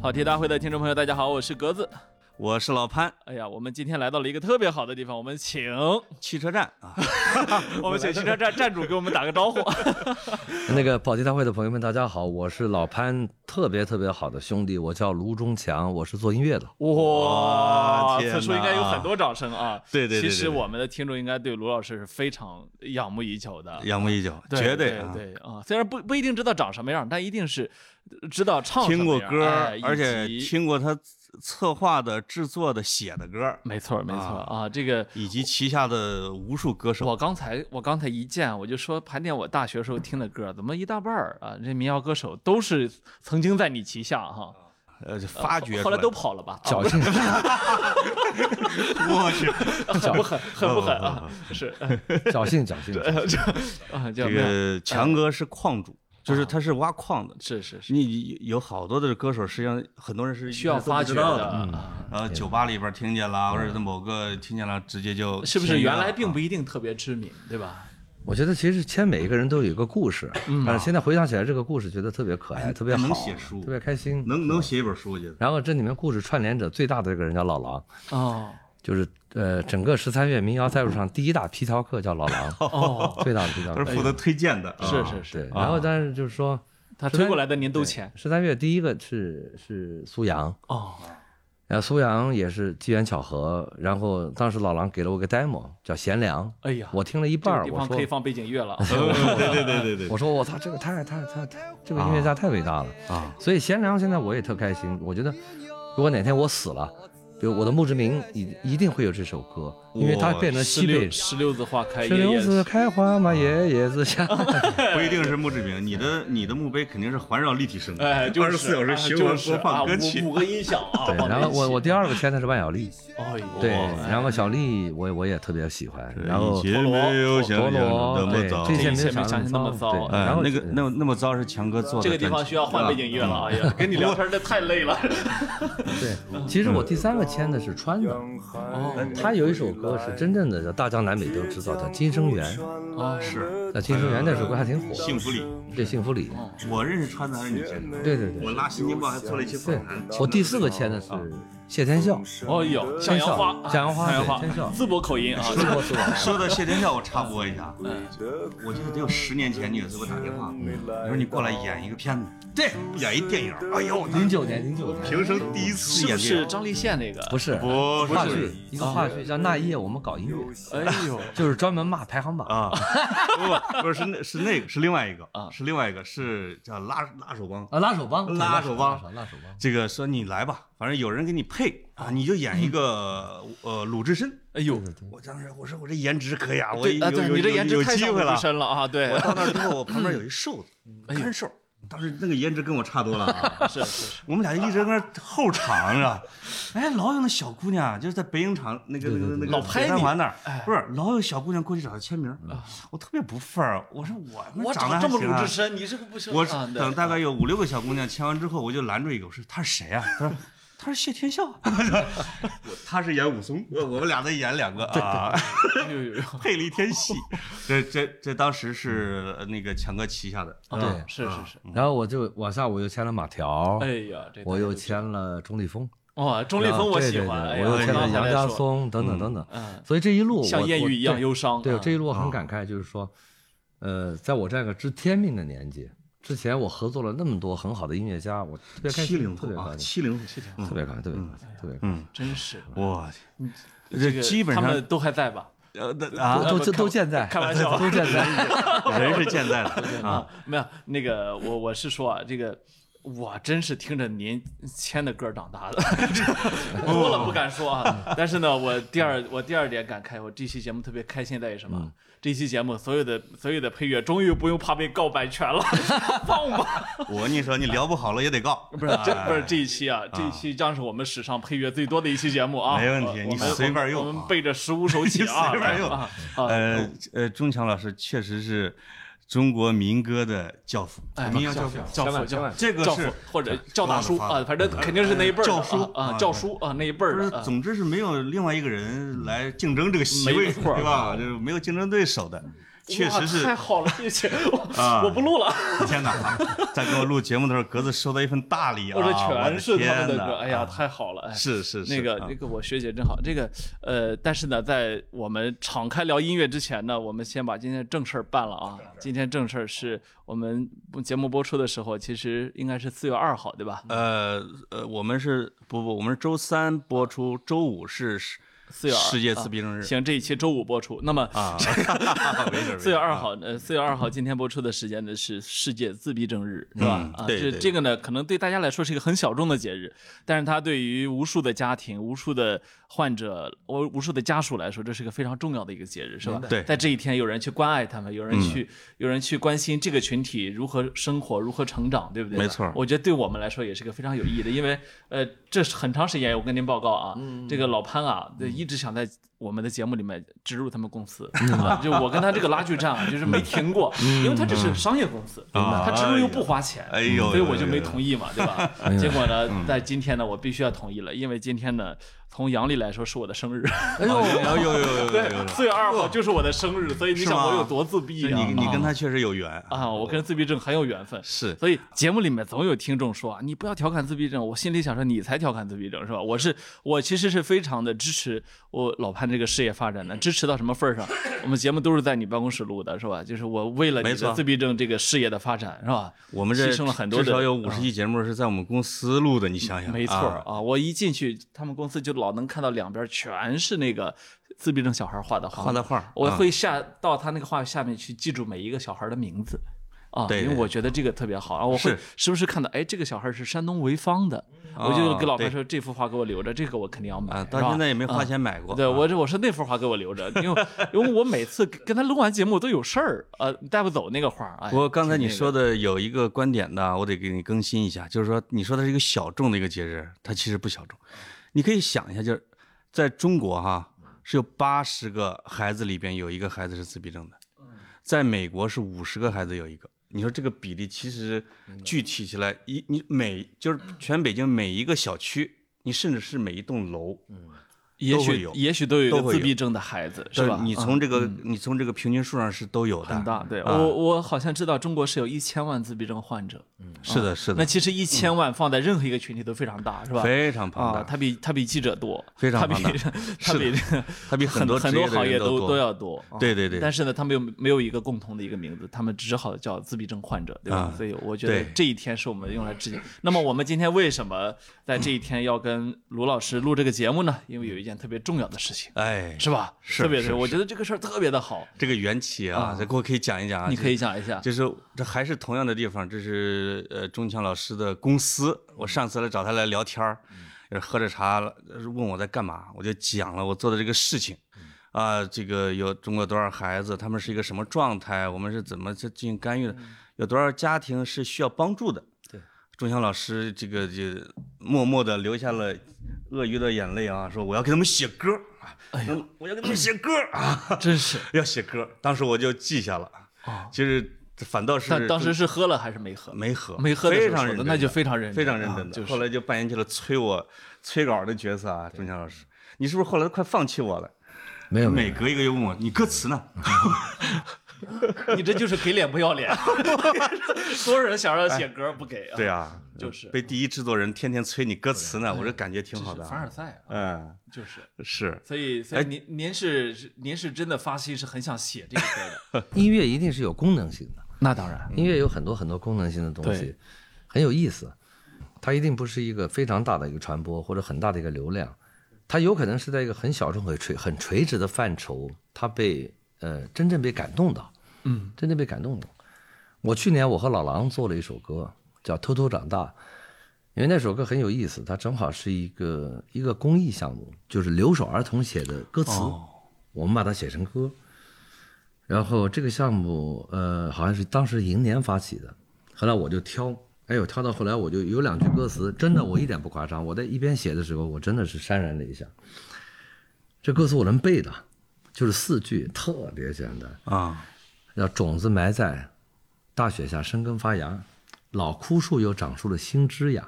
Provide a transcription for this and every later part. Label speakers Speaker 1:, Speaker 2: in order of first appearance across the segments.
Speaker 1: 跑题大会的听众朋友，大家好，我是格子。
Speaker 2: 我是老潘，
Speaker 1: 哎呀，我们今天来到了一个特别好的地方，我们请
Speaker 2: 汽车站啊，
Speaker 1: 我们请汽车站站主给我们打个招呼。
Speaker 3: 那个跑题大会的朋友们，大家好，我是老潘，特别特别好的兄弟，我叫卢中强，我是做音 乐的。
Speaker 1: 哇，
Speaker 2: 哇天
Speaker 1: 此
Speaker 2: 哪
Speaker 1: 处应该有很多掌声啊！
Speaker 2: 对对对对
Speaker 1: 其
Speaker 2: 对
Speaker 1: 实我们的听众应该对卢老师是非常仰慕已久的，
Speaker 2: 仰慕已久，
Speaker 1: 对
Speaker 2: 绝
Speaker 1: 对
Speaker 2: 啊。
Speaker 1: 对啊！虽然不不一定知道长什么样，但一定是呃知道唱什
Speaker 2: 听
Speaker 1: 么
Speaker 2: 过
Speaker 1: 样
Speaker 2: 歌，
Speaker 1: 哎
Speaker 2: 而
Speaker 1: 以
Speaker 2: 且
Speaker 1: 及
Speaker 2: 听过他策划的、制作的、写的歌，
Speaker 1: 没错没错
Speaker 2: 啊
Speaker 1: 啊，这个
Speaker 2: 以及旗下的无数歌手。
Speaker 1: 我刚才我刚才一见我就说盘点我大学时候听的歌，怎么一大半儿啊？这民谣歌手都是曾经在你旗下哈，
Speaker 2: 呃，就发掘
Speaker 1: 后来
Speaker 2: 出
Speaker 1: 都跑了吧？啊
Speaker 3: 侥幸，
Speaker 2: 我 去，
Speaker 1: 很不狠，很不狠
Speaker 2: 嗯
Speaker 1: 啊！ 是
Speaker 3: 侥幸，侥幸。
Speaker 1: 啊，叫
Speaker 2: 这
Speaker 1: 没有，嗯啊
Speaker 2: 个强哥是矿主，就是他是挖矿的。
Speaker 1: 是是是，
Speaker 2: 你有有好多的歌手，实际上很多人是
Speaker 1: 需要发掘
Speaker 2: 都不知道
Speaker 1: 的
Speaker 2: 的。嗯
Speaker 1: 啊。
Speaker 2: 然后酒吧里边听见了，或者在某个听见了，直接嗯就是啊
Speaker 1: 不是
Speaker 2: 签约了
Speaker 1: 原来并不一定特别知名，对吧？
Speaker 3: 我觉得其实签每一个人都有一个故事，但是现在回想起来，这个故事觉得特别可爱，特别
Speaker 2: 嗯
Speaker 3: 好，
Speaker 2: 哎能写书
Speaker 3: 特别开心。
Speaker 2: 能能写一本书，我觉得。
Speaker 3: 然后这里面故事串联者最大的这个人叫老狼，
Speaker 1: 哦
Speaker 3: 就是呃，整个十三月民谣赛路上第一大皮条客叫老 狼，
Speaker 1: 哦，
Speaker 3: 最大的皮条
Speaker 2: 他
Speaker 3: 客
Speaker 2: 是。负责推荐的，
Speaker 1: 是
Speaker 2: 啊
Speaker 1: 是
Speaker 3: 对
Speaker 1: 是，，
Speaker 3: 然后但是就是说，
Speaker 1: 他推过来的您都签
Speaker 3: 十三月第一个是是苏阳，
Speaker 1: 哦
Speaker 3: 然后苏阳也是机缘巧合，然后当时老狼给了我个 demo 叫《贤良》，
Speaker 1: 哎呀
Speaker 3: 我听了一
Speaker 1: 这
Speaker 3: 半
Speaker 1: 个
Speaker 3: 儿，
Speaker 1: 地
Speaker 3: 我
Speaker 1: 方可以
Speaker 3: 说，
Speaker 1: 放背景乐了。
Speaker 2: 对对对对对，
Speaker 3: 我说我操，这个太太太太，这个音乐家太伟大了
Speaker 2: 啊！
Speaker 3: 所以《贤良》现在我也特开心，我觉得如果哪天我死了，比如我的墓志铭一一定会有这首歌，因为它变成
Speaker 1: 石
Speaker 3: 呃西北
Speaker 1: 榴石榴子花开，
Speaker 3: 石
Speaker 1: 夜
Speaker 3: 榴
Speaker 1: 夜
Speaker 3: 子开花嘛，夜夜自香。
Speaker 2: 不一定是墓志铭，你的你的墓碑肯定是环绕立体声的，
Speaker 1: 哎，就是
Speaker 2: 二十四小时循环播放歌
Speaker 1: 就是啊
Speaker 2: 曲
Speaker 1: 五。五个音响啊。
Speaker 3: 对，
Speaker 1: 放在
Speaker 3: 然后
Speaker 1: 一起
Speaker 3: 我我第二个签的是万晓利，
Speaker 1: 哎呦
Speaker 3: 对，
Speaker 1: 哎
Speaker 3: 然后小丽我我也特别喜欢，然后
Speaker 2: 以前没有想
Speaker 3: 陀
Speaker 2: 象那
Speaker 3: 螺，
Speaker 2: 么
Speaker 3: 对，
Speaker 2: 糟
Speaker 3: 这。些
Speaker 1: 这一切
Speaker 3: 没
Speaker 1: 没
Speaker 3: 有
Speaker 1: 想
Speaker 3: 想
Speaker 1: 象
Speaker 3: 象
Speaker 1: 那么糟
Speaker 3: 对
Speaker 2: 哎
Speaker 3: 然后
Speaker 2: 那个那那么糟是强哥做的专辑，
Speaker 1: 这
Speaker 2: 啊
Speaker 1: 个地方需要换背景乐
Speaker 2: 嗯
Speaker 1: 了。哎呀，跟你聊天这太累了。
Speaker 3: 对，
Speaker 1: 嗯
Speaker 3: 其实我第三个签的是川的，他有一首歌是真正的叫大江南北都知道的《今生缘》，
Speaker 1: 哦，是
Speaker 3: 那《今生缘》那首歌还挺火，
Speaker 2: 幸福里。
Speaker 3: 对幸福里，
Speaker 2: 我认识川子还是你先的，
Speaker 3: 对对对
Speaker 2: 我拉新京报还做了一期
Speaker 3: 对
Speaker 2: 访谈。，
Speaker 3: 我第四个签的是谢天笑，
Speaker 1: 哦呦，向阳花，
Speaker 3: 向阳花
Speaker 1: 向阳
Speaker 3: 对天笑
Speaker 1: 淄博口音啊。
Speaker 3: 中国之王。
Speaker 2: 说到谢天笑，我插播一下，
Speaker 1: 嗯
Speaker 2: 我记得得有十年前，你有一次给我打电话，你说你过来演一个片子，对，演一电影。哎呦，我
Speaker 3: 零九年，零九年
Speaker 2: 平生第一次
Speaker 1: 嗯是
Speaker 2: 演
Speaker 1: 不
Speaker 2: 电
Speaker 1: 是
Speaker 2: 影，
Speaker 1: 张立宪那个？
Speaker 3: 不是
Speaker 2: 不是
Speaker 3: 话剧，一个话剧叫《那夜我们搞音乐》，
Speaker 1: 哎呦，
Speaker 3: 就是专门骂排行榜。
Speaker 2: 啊，不不不是那是那个是另外一个
Speaker 1: 啊
Speaker 2: 是另外一个是叫拉拉手帮，
Speaker 3: 啊，拉手帮，对
Speaker 2: 拉手帮
Speaker 3: 拉手帮。
Speaker 2: 这个说你来吧，反正有人给你配啊，你就演一个呃鲁智深。
Speaker 1: 哎呦，
Speaker 2: 我当时我说我这颜值可以啊，我
Speaker 1: 对啊，
Speaker 2: 有
Speaker 1: 对
Speaker 2: 有
Speaker 1: 你这
Speaker 2: 有
Speaker 1: 颜值
Speaker 2: 有
Speaker 1: 太
Speaker 2: 机
Speaker 1: 像
Speaker 2: 会
Speaker 1: 鲁
Speaker 2: 了
Speaker 1: 智。深了啊！对
Speaker 2: 我，到那儿之后，我旁边有一瘦子，干瘦，嗯哎当时那个颜值跟我差多了 啊。
Speaker 1: 是是是，
Speaker 2: 我们俩就一直在那儿后场着，哎，老有那小姑娘，就是在北影厂那个那个那个
Speaker 1: 老拍
Speaker 2: 铁三
Speaker 1: 你哎啊
Speaker 2: 环那儿，不是老有小姑娘过去找她签名，我特别不忿儿，我说我
Speaker 1: 我
Speaker 2: 我长
Speaker 1: 长
Speaker 2: 得
Speaker 1: 得这
Speaker 2: 还
Speaker 1: 么
Speaker 2: 行
Speaker 1: 鲁
Speaker 2: 啊
Speaker 1: 智。深，你这个不行。
Speaker 2: 我
Speaker 1: 啊对
Speaker 2: 等大概有五六个小姑娘签完之后，我就拦住一个，我说她是谁啊？她说她是谢 天笑，我她是演武松，我我们俩在演两个啊，
Speaker 1: 哎呦呦呦，
Speaker 2: 配了一天戏。 这这这当时是呃那个强哥旗下的，
Speaker 1: 对，哦是是是。
Speaker 3: 然后我就往下，我又签了马条，
Speaker 1: 哎呀，这
Speaker 3: 我又签了钟立风，
Speaker 1: 哇，钟立风我喜欢，
Speaker 3: 对
Speaker 1: 哎呀
Speaker 3: 对对我又签
Speaker 1: 刚
Speaker 3: 了
Speaker 1: 才
Speaker 3: 杨
Speaker 1: 在
Speaker 3: 家
Speaker 1: 说
Speaker 3: 松等等等等
Speaker 1: 嗯，
Speaker 3: 所以这一路我
Speaker 1: 像艳遇一样
Speaker 3: 我
Speaker 1: 忧伤。
Speaker 3: 对，
Speaker 1: 啊
Speaker 3: 这一路我很感慨，就是说，呃，在我这样一个知天命的年纪，之前我合作了那么多很好的音乐家，我特别开
Speaker 2: 七
Speaker 3: 心，
Speaker 2: 零
Speaker 3: 特
Speaker 2: 后
Speaker 3: 别
Speaker 2: 啊，
Speaker 3: 高兴，
Speaker 2: 七零后，七零嗯
Speaker 3: 特别高兴，特别高兴，特别高兴。
Speaker 1: 真是
Speaker 2: 我
Speaker 1: 这个
Speaker 2: 这基本
Speaker 1: 他
Speaker 2: 上
Speaker 1: 们都还在吧？
Speaker 2: 呃那啊，
Speaker 1: 不
Speaker 3: 都都
Speaker 1: 开
Speaker 3: 都健在，
Speaker 1: 开玩笑
Speaker 3: 都健在。
Speaker 2: 人是健在 的啊，
Speaker 1: 啊，没有那个，我我是说啊，这个我真是听着您签的歌长大的， 多了不敢说啊。但是呢，我第二我第二点感慨，我这期节目特别开心在于什
Speaker 2: 嗯
Speaker 1: 么？这期节目所有的所有的配乐终于不用怕被告版权了，放吧。
Speaker 2: 我跟你说，你聊 不好了也得告，哎
Speaker 1: 不是这 不是这一期啊，这一期将是我们史上配乐最多的一期节目啊。
Speaker 2: 没问题
Speaker 1: 我我
Speaker 2: 你
Speaker 1: 们
Speaker 2: 随便用
Speaker 1: 我们
Speaker 2: 啊
Speaker 1: 背着十五首起 啊，
Speaker 2: 随便用
Speaker 1: 啊。啊
Speaker 2: 呃呃，钟强老师确实是中国民歌的教父，民谣教父，
Speaker 1: 哎教
Speaker 3: 千
Speaker 1: 父
Speaker 3: 万千
Speaker 1: 教
Speaker 3: 万
Speaker 2: 这个
Speaker 1: 教
Speaker 2: 是
Speaker 1: 父或者教大叔
Speaker 2: 忘了
Speaker 1: 啊，反正肯定是那一辈儿的
Speaker 2: 教叔
Speaker 1: 啊啊
Speaker 2: 啊
Speaker 1: 教叔啊那一辈
Speaker 2: 不
Speaker 1: 儿
Speaker 2: 是
Speaker 1: 的。啊，
Speaker 2: 总之是没有另外一个人来竞争这个席位，
Speaker 1: 没错
Speaker 2: 对吧？就是没有竞争对手的。确实
Speaker 1: 啊嗯
Speaker 2: 是
Speaker 1: 哇太好了，谢 谢，我
Speaker 2: 啊
Speaker 1: 我不录了。
Speaker 2: 天哪！在给我录节目的时候，格子收到一份大礼啊！
Speaker 1: 我
Speaker 2: 我
Speaker 1: 说全是他们的
Speaker 2: 的天哪
Speaker 1: 歌，哎呀，
Speaker 2: 啊
Speaker 1: 太好了，哎。
Speaker 2: 是是是
Speaker 1: 那个
Speaker 2: 啊
Speaker 1: 那个我学姐真好，这个呃，但是呢，在我们敞开聊音乐之前呢，我们先把今天的正事儿办了啊。今天正事儿是我们节目播出的时候，其实应该是四月二号，对吧？
Speaker 2: 呃呃，我们是不不，我们是周三播出，周五是世
Speaker 1: 四月二
Speaker 2: 世界自闭症日
Speaker 1: 行，这一期周五播出。那么
Speaker 2: 啊，没事儿
Speaker 1: 四月二，
Speaker 2: 没事儿啊
Speaker 1: 号，呃，四月二号今天播出的时间呢是世界自闭症日，是吧？
Speaker 2: 嗯
Speaker 1: 啊，
Speaker 2: 对
Speaker 1: 这
Speaker 2: 对
Speaker 1: 这个呢，可能对大家来说是一个很小众的节日，但是它对于无数的家庭、无数的患者、无无数的家属来说，这是一个非常重要的一个节日，是吧？
Speaker 2: 对嗯
Speaker 1: 在这一天，有人去关爱他们，有人去、有人去关心这个群体如何生活、如何成长，对不对？
Speaker 2: 没错
Speaker 1: 我觉得对我们来说也是个非常有意义的，因为呃，这是很长时间，我跟您报告啊，这个老潘啊，对一直想在我们的节目里面植入他们公司，
Speaker 2: 嗯
Speaker 1: 啊就我跟他这个拉锯战啊，就是没停过，因为他这是商业公司，
Speaker 2: 啊
Speaker 1: 他植入又不花钱，
Speaker 2: 哎呦
Speaker 1: 所以我就没
Speaker 2: 哎呦哎嗯
Speaker 1: 同意嘛，对吧？ 结果呢，在今天呢，我必须要同意了，因为今天呢，从阳历来说是我的生日。
Speaker 2: 哎呦哎呦呦 呦呦呦
Speaker 1: 对，！四月二号就是我的生日，所以你
Speaker 2: 是
Speaker 1: 想
Speaker 2: 吗
Speaker 1: 我有多自闭啊？
Speaker 2: 你你跟
Speaker 1: 啊
Speaker 2: 他确实有缘，
Speaker 1: 啊，我跟自闭症很有缘分。
Speaker 2: 是
Speaker 1: 所以节目里面总有听众说啊，你不要调侃自闭症，我心里想说你才调侃自闭症是吧？我是我其实是非常的支持我老潘这个事业发展的，支持到什么份儿上？我们节目都是在你办公室录的是吧？就是我为了你
Speaker 2: 没
Speaker 1: 的
Speaker 2: 错
Speaker 1: 自闭症这个事业的发展是吧？
Speaker 2: 我们这
Speaker 1: 牺牲了很多的
Speaker 2: 至少有五十期节目是在我们公司录的，你想想，
Speaker 1: 没错儿
Speaker 2: 啊，
Speaker 1: 啊，我一进去，他们公司就老能看到两边全是那个自闭症小孩画的画，
Speaker 2: 画的画
Speaker 1: 我
Speaker 2: 啊
Speaker 1: 会下到他那个画下面去记住每一个小孩的名字。啊，
Speaker 2: 对
Speaker 1: 因为我觉得这个特别好啊，我会
Speaker 2: 是
Speaker 1: 时不时看到，哎，这个小孩是山东潍坊的，我就
Speaker 2: 啊
Speaker 1: 给老潘
Speaker 2: 对
Speaker 1: 说这幅画给我留着，这个我肯定要买。
Speaker 2: 啊，
Speaker 1: 是吧
Speaker 2: 到现在也没花钱买过。
Speaker 1: 对
Speaker 2: 啊
Speaker 1: 我这我说那幅画给我留着，因为因为我每次跟他录完节目都有事儿，呃，带不走那个画。哎，
Speaker 2: 不过刚才你
Speaker 1: 挺那个
Speaker 2: 说的有一个观点呢，我得给你更新一下，就是说你说它是一个小众的一个节日，它其实不小众。你可以想一下，就是在中国哈，是有八十个孩子里边有一个孩子是自闭症的，
Speaker 1: 嗯
Speaker 2: 在美国是五十个孩子有一个。你说这个比例其实具体起来，一你每就是全北京每一个小区，你甚至是每一栋楼，
Speaker 1: 也
Speaker 2: 都会
Speaker 1: 许
Speaker 2: 有
Speaker 1: 嗯也许都有一
Speaker 2: 都
Speaker 1: 个
Speaker 2: 会
Speaker 1: 自
Speaker 2: 有
Speaker 1: 闭症的孩子，是吧？啊嗯
Speaker 2: 你从这个你从这个平均数上是都有的，
Speaker 1: 很大，对、哦
Speaker 2: 啊
Speaker 1: 我我好像知道中国是有一千万自闭症患者，
Speaker 2: 是的，是
Speaker 1: 嗯那
Speaker 2: 的，
Speaker 1: 其实一千万放在任何一个群体都非常大，是吧？
Speaker 2: 非常庞
Speaker 1: 啊，
Speaker 2: 大，
Speaker 1: 它比它比记者多，
Speaker 2: 非常
Speaker 1: 它比
Speaker 2: 庞大
Speaker 1: 它比
Speaker 2: 它比
Speaker 1: 很
Speaker 2: 多
Speaker 1: 很
Speaker 2: 职
Speaker 1: 多
Speaker 2: 业的
Speaker 1: 行
Speaker 2: 人
Speaker 1: 业都
Speaker 2: 多
Speaker 1: 都要多。啊
Speaker 2: 对对对
Speaker 1: 但是呢，他们又没有一个共同的一个名字，他们只好叫自闭症患者，对吧？
Speaker 2: 啊
Speaker 1: 所以我觉得
Speaker 2: 对
Speaker 1: 这一天是我们用来致敬。那么我们今天为什么在这一天要跟卢老师录这个节目呢？因为有一件特别重要的事情，
Speaker 2: 哎，
Speaker 1: 是吧？
Speaker 2: 是
Speaker 1: 特别
Speaker 2: 是
Speaker 1: 我觉得这个事儿特别的好，
Speaker 2: 这个缘起
Speaker 1: 啊
Speaker 2: 啊，这给我可以讲一讲啊。
Speaker 1: 你
Speaker 2: 就
Speaker 1: 可以，讲一下。
Speaker 2: 就是这还是同样的地方，这是呃钟强老师的公司。我上次来找他来聊天儿，也是喝着茶了，问我在干嘛，我就讲了我做的这个事情。啊，这个有中国多少孩子，他们是一个什么状态，我们是怎么去进行干预的，有多少家庭是需要帮助的。钟祥老师这个就默默地流下了鳄鱼的眼泪啊，说我要给他们写歌儿啊，嗯我要给他们写歌儿啊，
Speaker 1: 真是
Speaker 2: 要写歌儿。当时我就记下了，
Speaker 1: 哦
Speaker 2: 其实反倒是
Speaker 1: 但当时是喝了还是没喝？
Speaker 2: 没喝，
Speaker 1: 没喝的时
Speaker 2: 非
Speaker 1: 候
Speaker 2: 常
Speaker 1: 说
Speaker 2: 认
Speaker 1: 的，
Speaker 2: 真
Speaker 1: 那就
Speaker 2: 的
Speaker 1: 非常认真，
Speaker 2: 非常认真
Speaker 1: 啊
Speaker 2: 的。
Speaker 1: 就是
Speaker 2: 后来就扮演起了催我催稿的角色啊，钟强老师，你是不是后来快放弃我了？
Speaker 3: 没有没有
Speaker 2: 每隔一个月问我你歌词呢？
Speaker 1: 嗯你这就是给脸不要脸，所有人想让写歌不给啊。
Speaker 2: 对，啊，
Speaker 1: 就是
Speaker 2: 被第一制作人天天催你歌词呢，我这感觉挺好的啊。
Speaker 1: 凡尔赛啊，
Speaker 2: 嗯，
Speaker 1: 就是。
Speaker 2: 是
Speaker 1: 所以，所以
Speaker 2: 哎
Speaker 1: 您您是您是真的发心是很想写这个歌的，
Speaker 3: 音乐一定是有功能性的，
Speaker 1: 那当然，
Speaker 3: 音乐有很多很多功能性的东西
Speaker 1: 对，
Speaker 3: 很有意思。它一定不是一个非常大的一个传播或者很大的一个流量，它有可能是在一个很小众、很垂很垂直的范畴，它被呃真正被感动到，
Speaker 1: 嗯，
Speaker 3: 真正被感动到。我去年我和老狼做了一首歌，叫《偷偷长大》，因为那首歌很有意思，它正好是一个一个公益项目，就是留守儿童写的歌词，
Speaker 1: 哦
Speaker 3: 我们把它写成歌。然后这个项目，呃，好像是当时银联发起的，后来我就挑，哎呦，挑到后来我就有两句歌词，真的我一点不夸张，我在一边写的时候，我真的是潸然泪下。这歌词我能背的，就是四句，特别简单。
Speaker 2: 啊，
Speaker 3: 让种子埋在大雪下生根发芽，老枯树又长出了新枝桠，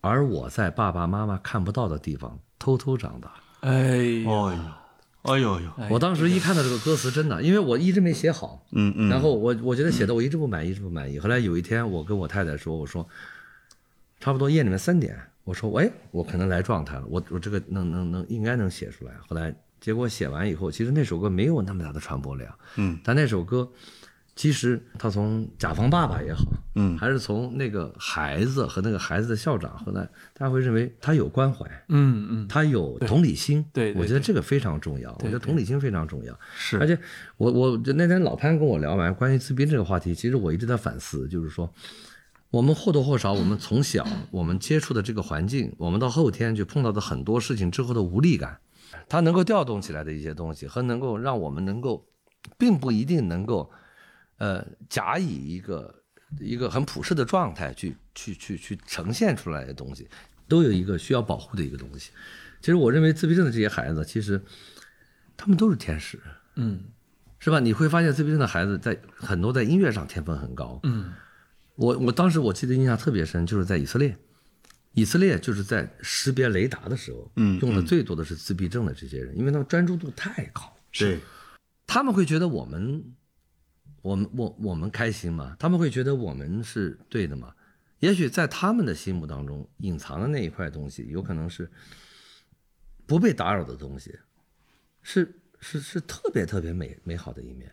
Speaker 3: 而我在爸爸妈妈看不到的地方偷偷长大。
Speaker 1: 哎，
Speaker 2: 哦，哎呦呦，
Speaker 3: 我当时一看到这个歌词，真的，因为我一直没写好，
Speaker 2: 嗯嗯，
Speaker 3: 然后我我觉得写的我一直不满意，一直不满意。后来有一天，我跟我太太说，我说，差不多夜里面三点，我说，哎，我可能来状态了，我我这个能能能应该能写出来。后来结果写完以后，其实那首歌没有那么大的传播量，
Speaker 2: 嗯，
Speaker 3: 但那首歌其实它从甲方爸爸也好，
Speaker 2: 嗯
Speaker 3: 还是从那个孩子和那个孩子的校长，后来大家会认为他有关怀，
Speaker 1: 嗯嗯，
Speaker 3: 他有同理心，
Speaker 1: 对对
Speaker 3: 我觉得这个非常重要，我觉得同理心非常重要。而
Speaker 2: 是，
Speaker 3: 且我我那天老潘跟我聊完关于自闭这个话题，其实我一直在反思，就是说，我们或多或少，我们从小我们接触的这个环境，我们到后天去碰到的很多事情之后的无力感，它能够调动起来的一些东西，和能够让我们能够，并不一定能够，呃，假以一个一个很普世的状态去去去去呈现出来的东西，都有一个需要保护的一个东西。其实我认为自闭症的这些孩子，其实他们都是天使。
Speaker 1: 嗯
Speaker 3: 是吧？你会发现自闭症的孩子在很多在音乐上天分很高。
Speaker 1: 嗯，
Speaker 3: 我我当时我记得印象特别深，就是在以色列，以色列就是在识别雷达的时候，
Speaker 2: 嗯
Speaker 3: 用的最多的是自闭症的这些人，因为他们专注度太高，
Speaker 2: 对，
Speaker 3: 他们会觉得我们，我们我我们开心吗？他们会觉得我们是对的吗？也许在他们的心目当中隐藏的那一块东西，有可能是不被打扰的东西，是是是特别特别美美好的一面。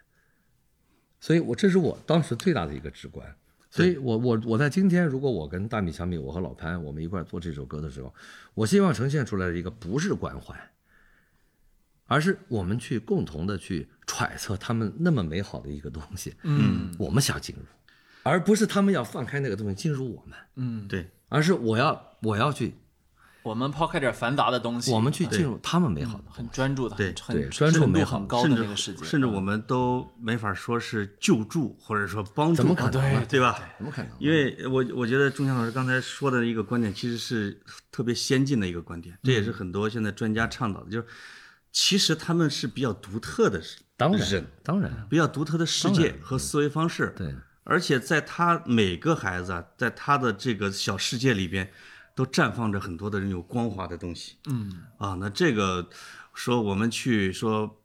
Speaker 3: 所以我这是我当时最大的一个直观。所以我我我在今天，如果我跟大米、小米，我和老潘我们一块儿做这首歌的时候，我希望呈现出来的一个不是关怀，而是我们去共同的去揣测他们那么美好的一个东西，
Speaker 1: 嗯，
Speaker 3: 我们想进入，而不是他们要放开那个东西进入我们，
Speaker 1: 嗯，
Speaker 2: 对，
Speaker 3: 而是我要我要去
Speaker 1: 我们抛开点繁杂的东西，
Speaker 3: 我们嗯去进入他们美好的东
Speaker 1: 很
Speaker 3: 西。
Speaker 1: 专注的，
Speaker 2: 对
Speaker 1: 很
Speaker 3: 对
Speaker 1: 很
Speaker 3: 专注
Speaker 1: 深度
Speaker 3: 美好
Speaker 1: 很高的
Speaker 2: 甚
Speaker 1: 那个世
Speaker 2: 至
Speaker 1: 界，嗯
Speaker 2: 甚至我们都没法说是救助或者说帮助，
Speaker 3: 怎么可能呢
Speaker 2: 对吧？
Speaker 3: 怎么可能？
Speaker 2: 因为我我觉得钟强老师刚才说的一个观点，其实是特别先进的一个观点，这也
Speaker 3: 嗯
Speaker 2: 是很多现在专家倡导的，就是其实他们是比较独特的
Speaker 3: 当
Speaker 2: 人
Speaker 3: 然，当然，嗯
Speaker 2: 比较独特的世界和思维方式。
Speaker 3: 对，
Speaker 2: 而且在他每个孩子啊，在他的这个小世界里边，都绽放着很多的人有光滑的东西。
Speaker 1: 嗯，
Speaker 2: 啊，那这个说我们去说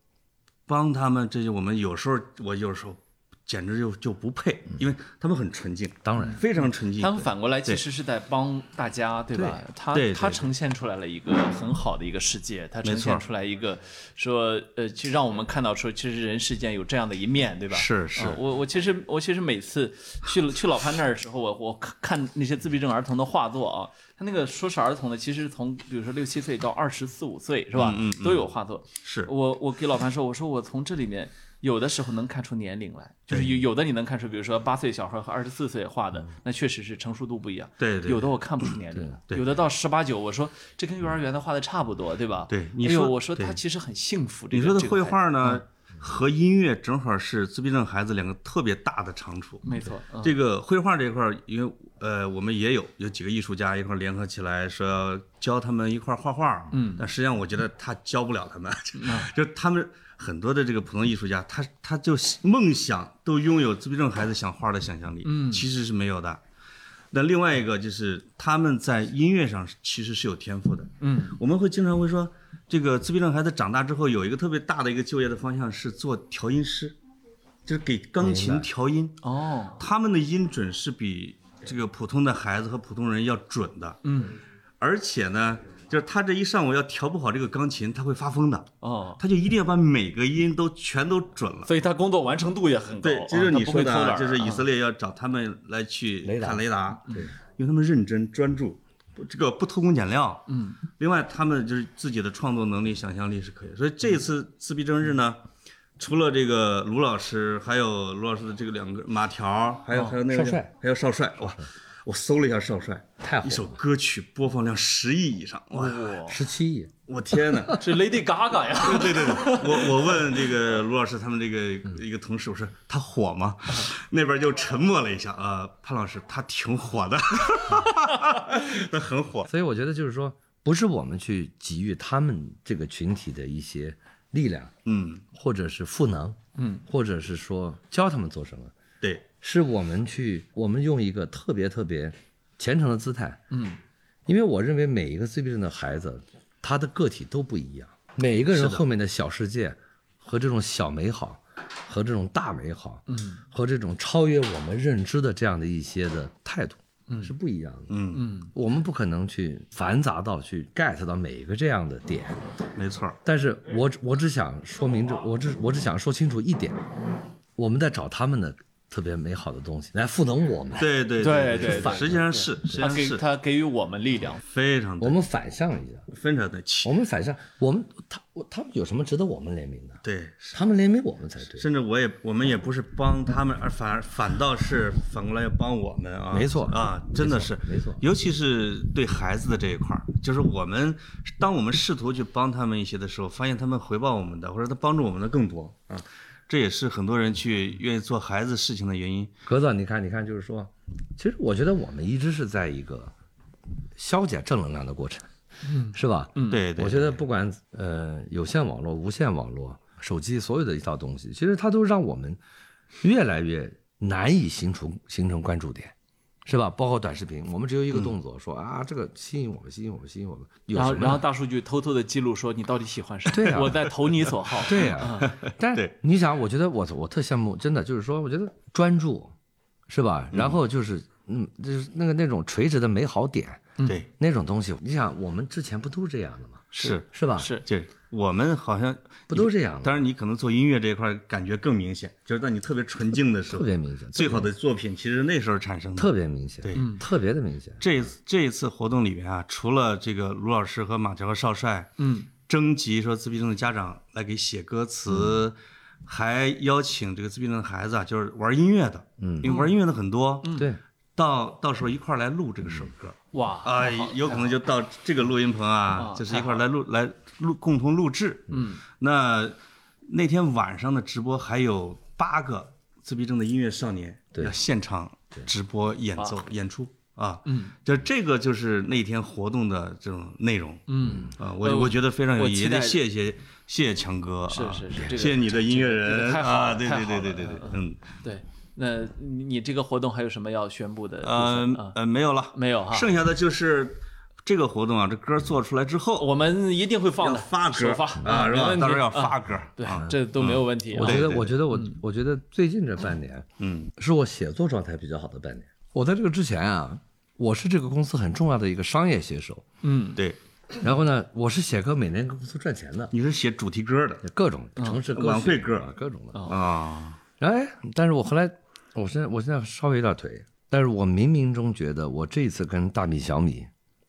Speaker 2: 帮他们，这些我们有时候我有时候简直就就不配，因为他们很纯净，
Speaker 3: 当然
Speaker 2: 非常纯
Speaker 1: 嗯
Speaker 2: 净。
Speaker 1: 他们反过来其实是在帮大家，对吧？他
Speaker 2: 对对
Speaker 1: 他
Speaker 2: 对
Speaker 1: 呈现出来了一个很好的一个世界，他呈现
Speaker 2: 错
Speaker 1: 出来一个说，呃，其实让我们看到说，其实人世间有这样的一面，对吧？
Speaker 2: 是是
Speaker 1: 啊我我其实我其实每次去了去老潘那儿的时候，我我看看那些自闭症儿童的画作啊，他那个说是儿童的，其实从比如说六七岁到二十四五岁是
Speaker 2: 嗯
Speaker 1: 吧，都有画作。
Speaker 2: 是
Speaker 1: 我我给老潘说，我说我从这里面有的时候能看出年龄来，就是有有的你能看出，比如说八岁小孩和二十四岁画的，那确实是成熟度不一样。
Speaker 2: 嗯对对
Speaker 1: 有的我看不出年龄来，
Speaker 2: 对
Speaker 1: 有的到十八九，我说这跟幼儿园的画的差不多，对吧？
Speaker 2: 对你
Speaker 1: 哎呦
Speaker 2: 说
Speaker 1: 我说
Speaker 2: 对
Speaker 1: 他其实很幸福。这
Speaker 2: 你
Speaker 1: 个
Speaker 2: 说的
Speaker 1: 这个嗯
Speaker 2: 绘
Speaker 1: 孩子
Speaker 2: 画呢，和音乐正好是自闭症孩子两个特别大的长处。
Speaker 1: 没错，嗯
Speaker 2: 这个绘画这一块儿，因为呃，我们也有有几个艺术家一块儿联合起来，说要教他们一块儿画画。嗯，但实际上我觉得他教不了他们，
Speaker 1: 嗯
Speaker 2: 就他们很多的这个普通艺术家，他他就梦想都拥有自闭症孩子想画的想象力，嗯，其实是没有的。那另外一个就是他们在音乐上是其实是有天赋的，
Speaker 1: 嗯，
Speaker 2: 我们会经常会说，这个自闭症孩子长大之后有一个特别大的一个就业的方向是做调音师，就是给钢琴调音。
Speaker 1: 哦，
Speaker 2: 他们的音准是比这个普通的孩子和普通人要准的，
Speaker 1: 嗯，
Speaker 2: 而且呢，就是他这一上午要调不好这个钢琴，他会发疯的，
Speaker 1: 哦，
Speaker 2: 他就一定要把每个音都全都准了。
Speaker 1: 所以他工作完成度也很高。
Speaker 2: 对，这
Speaker 1: 啊
Speaker 2: 就是
Speaker 1: 他
Speaker 2: 你
Speaker 1: 不
Speaker 2: 说
Speaker 1: 会
Speaker 2: 的
Speaker 1: 偷懒
Speaker 2: 啊，
Speaker 1: 儿
Speaker 2: 就是以
Speaker 1: 啊
Speaker 2: 色列要找他们来去
Speaker 3: 雷达
Speaker 2: 看雷达，
Speaker 3: 对，
Speaker 2: 因为他们认真专注，不这个不偷工减料。
Speaker 1: 嗯，
Speaker 2: 另外他们就是自己的创作能力、想象力是可以的。所以这次自闭症日呢，除了这个卢老师，还有卢老师的这个两个马条，
Speaker 1: 哦
Speaker 2: 还有还有那个
Speaker 3: 少帅，嗯
Speaker 2: 还有少帅，哇！我搜了一下少帅，
Speaker 3: 太火
Speaker 2: 一
Speaker 3: 了
Speaker 2: 首歌曲播放量十亿以上，哇！
Speaker 1: 啊哇
Speaker 3: 十七亿，
Speaker 2: 我天哪！
Speaker 1: 是 Lady Gaga 呀，
Speaker 2: 对对对，我我问这个卢老师他们这个一个同事，我说他火吗？ 那边就沉默了一下啊、潘老师他挺火的， 他很火。
Speaker 3: 所以我觉得就是说，不是我们去给予他们这个群体的一些力量，
Speaker 2: 嗯，
Speaker 3: 或者是赋能，
Speaker 1: 嗯，
Speaker 3: 或者是说教他们做什么，
Speaker 2: 对，
Speaker 3: 是我们去，我们用一个特别特别虔诚的姿态，
Speaker 1: 嗯，
Speaker 3: 因为我认为每一个自闭症的孩子，他的个体都不一样，每一个人后面的小世界和这种小美好，和这种大美好，嗯，和这种超越我们认知的这样的一些的态度，嗯，是不一样的。
Speaker 2: 嗯
Speaker 1: 嗯，
Speaker 3: 我们不可能去繁杂到去 get 到每一个这样的点，
Speaker 2: 没错儿，
Speaker 3: 但是我只我只想说明这，我只我只想说清楚一点，我们在找他们的特别美好的东西来赋能我们，
Speaker 2: 对对
Speaker 1: 对对
Speaker 2: 对
Speaker 1: 对
Speaker 2: 实际上是实际
Speaker 1: 他
Speaker 2: 上
Speaker 1: 给
Speaker 2: 是
Speaker 1: 他给予我们力量，
Speaker 2: 非常
Speaker 3: 我
Speaker 2: 对，
Speaker 3: 们反向一下，
Speaker 2: 非常对，其
Speaker 3: 我们反向，我们他我他们有什么值得我们怜悯的？
Speaker 2: 对，
Speaker 3: 他们怜悯我们才对，
Speaker 2: 甚至我也我们也不是帮他们，而反而反倒是反过来要帮我们啊！
Speaker 3: 没错
Speaker 2: 啊，真的是
Speaker 3: 没错
Speaker 2: 尤其是对孩子的这一块儿，就是我们当我们试图去帮他们一些的时候，发现他们回报我们的，或者他帮助我们的更多啊，这也是很多人去愿意做孩子事情的原因。
Speaker 3: 格子，你看，你看，就是说，其实我觉得我们一直是在一个消解正能量的过程，嗯，是吧？嗯，
Speaker 2: 对对，
Speaker 3: 我觉得不管呃有线网络、无线网络、手机所有的一套东西，其实它都让我们越来越难以形成形成关注点，是吧？包括短视频，我们只有一个动作，说啊这个吸引我们，吸引我们，吸引我们，
Speaker 1: 嗯
Speaker 3: 有
Speaker 1: 然后
Speaker 3: 什么
Speaker 1: 然后大数据偷偷的记录说你到底喜欢谁，
Speaker 3: 对啊
Speaker 1: 我在投你所好，
Speaker 3: 对呀、
Speaker 1: 嗯
Speaker 3: 但
Speaker 2: 对
Speaker 3: 你想，我觉得我我特羡慕，真的就是说，我觉得专注，是吧？然后就是嗯，就是那个那种垂直的美好点
Speaker 2: 对
Speaker 3: 那种东西，你想我们之前不都这样的吗？
Speaker 2: 是
Speaker 3: 是吧？
Speaker 1: 是
Speaker 2: 对，我们好像
Speaker 3: 不都这样的？
Speaker 2: 当然你可能做音乐这一块儿感觉更明显，就是当你特别纯净的时
Speaker 3: 特
Speaker 2: 候，
Speaker 3: 别明显，
Speaker 2: 最好的作品其实那时候产生的。
Speaker 3: 特别明显，
Speaker 2: 嗯对
Speaker 3: 特别的明显。
Speaker 2: 这一次这一次活动里面啊，除了这个卢老师和马乔和少帅，
Speaker 1: 嗯，
Speaker 2: 征集说自闭症的家长来给写歌词，还邀请这个自闭症的孩子啊，就是玩音乐的，嗯，因为玩音乐的很多，
Speaker 3: 嗯对，
Speaker 2: 到到时候一块儿来录这个首歌，
Speaker 1: 哇，
Speaker 2: 啊，有可能就到这个录音棚啊，就是一块儿来录来录共同录制，嗯，那那天晚上的直播还有八个自闭症的音乐少年
Speaker 3: 对
Speaker 2: 要现场直播演奏演出啊，
Speaker 1: 嗯，
Speaker 2: 就这个就是那天活动的这种内容，
Speaker 1: 嗯，
Speaker 2: 啊，
Speaker 1: 呃
Speaker 2: 我我觉得非常有
Speaker 1: 我
Speaker 2: 意义，
Speaker 1: 期
Speaker 2: 也
Speaker 1: 待
Speaker 2: 得谢谢谢谢强哥啊，
Speaker 1: 是是是这个
Speaker 2: 谢谢你的音乐
Speaker 1: 这个
Speaker 2: 人
Speaker 1: 太好了
Speaker 2: 啊，对
Speaker 1: 太
Speaker 2: 对
Speaker 1: 好
Speaker 2: 对对
Speaker 1: 了
Speaker 2: 对对，嗯，
Speaker 1: 对，那你你这个活动还有什么要宣布的部
Speaker 3: 嗯
Speaker 1: 分？
Speaker 2: 呃
Speaker 1: 啊，
Speaker 2: 呃，没有了，
Speaker 1: 没有哈，
Speaker 2: 剩下的就是这个活动啊，这歌做出来之后，
Speaker 1: 我们一定会放
Speaker 2: 要
Speaker 1: 的，
Speaker 2: 发歌
Speaker 1: 首发
Speaker 2: 啊，是
Speaker 1: 没
Speaker 2: 吧？
Speaker 1: 问
Speaker 2: 到时
Speaker 1: 题
Speaker 2: 候要
Speaker 1: 啊
Speaker 2: 发歌，
Speaker 1: 对
Speaker 2: 啊，
Speaker 1: 这都没有问题啊。
Speaker 3: 嗯我觉
Speaker 2: 对
Speaker 3: 得，
Speaker 2: 对
Speaker 3: 我觉得我，我觉得最近这半年
Speaker 2: 嗯，
Speaker 3: 是我写作状态比较好的半年。我在这个之前啊，我是这个公司很重要的一个商业写手，
Speaker 1: 嗯，
Speaker 2: 对，
Speaker 3: 然后呢，我是写歌，每年给公司赚钱的，
Speaker 2: 你是写主题歌的
Speaker 3: 各种城市歌曲、
Speaker 2: 晚会歌
Speaker 3: 啊各种的。
Speaker 2: 啊，
Speaker 3: 然后哎，但是我后来，我现在我现在稍微有点颓，但是我冥冥中觉得，我这一次跟大米小米，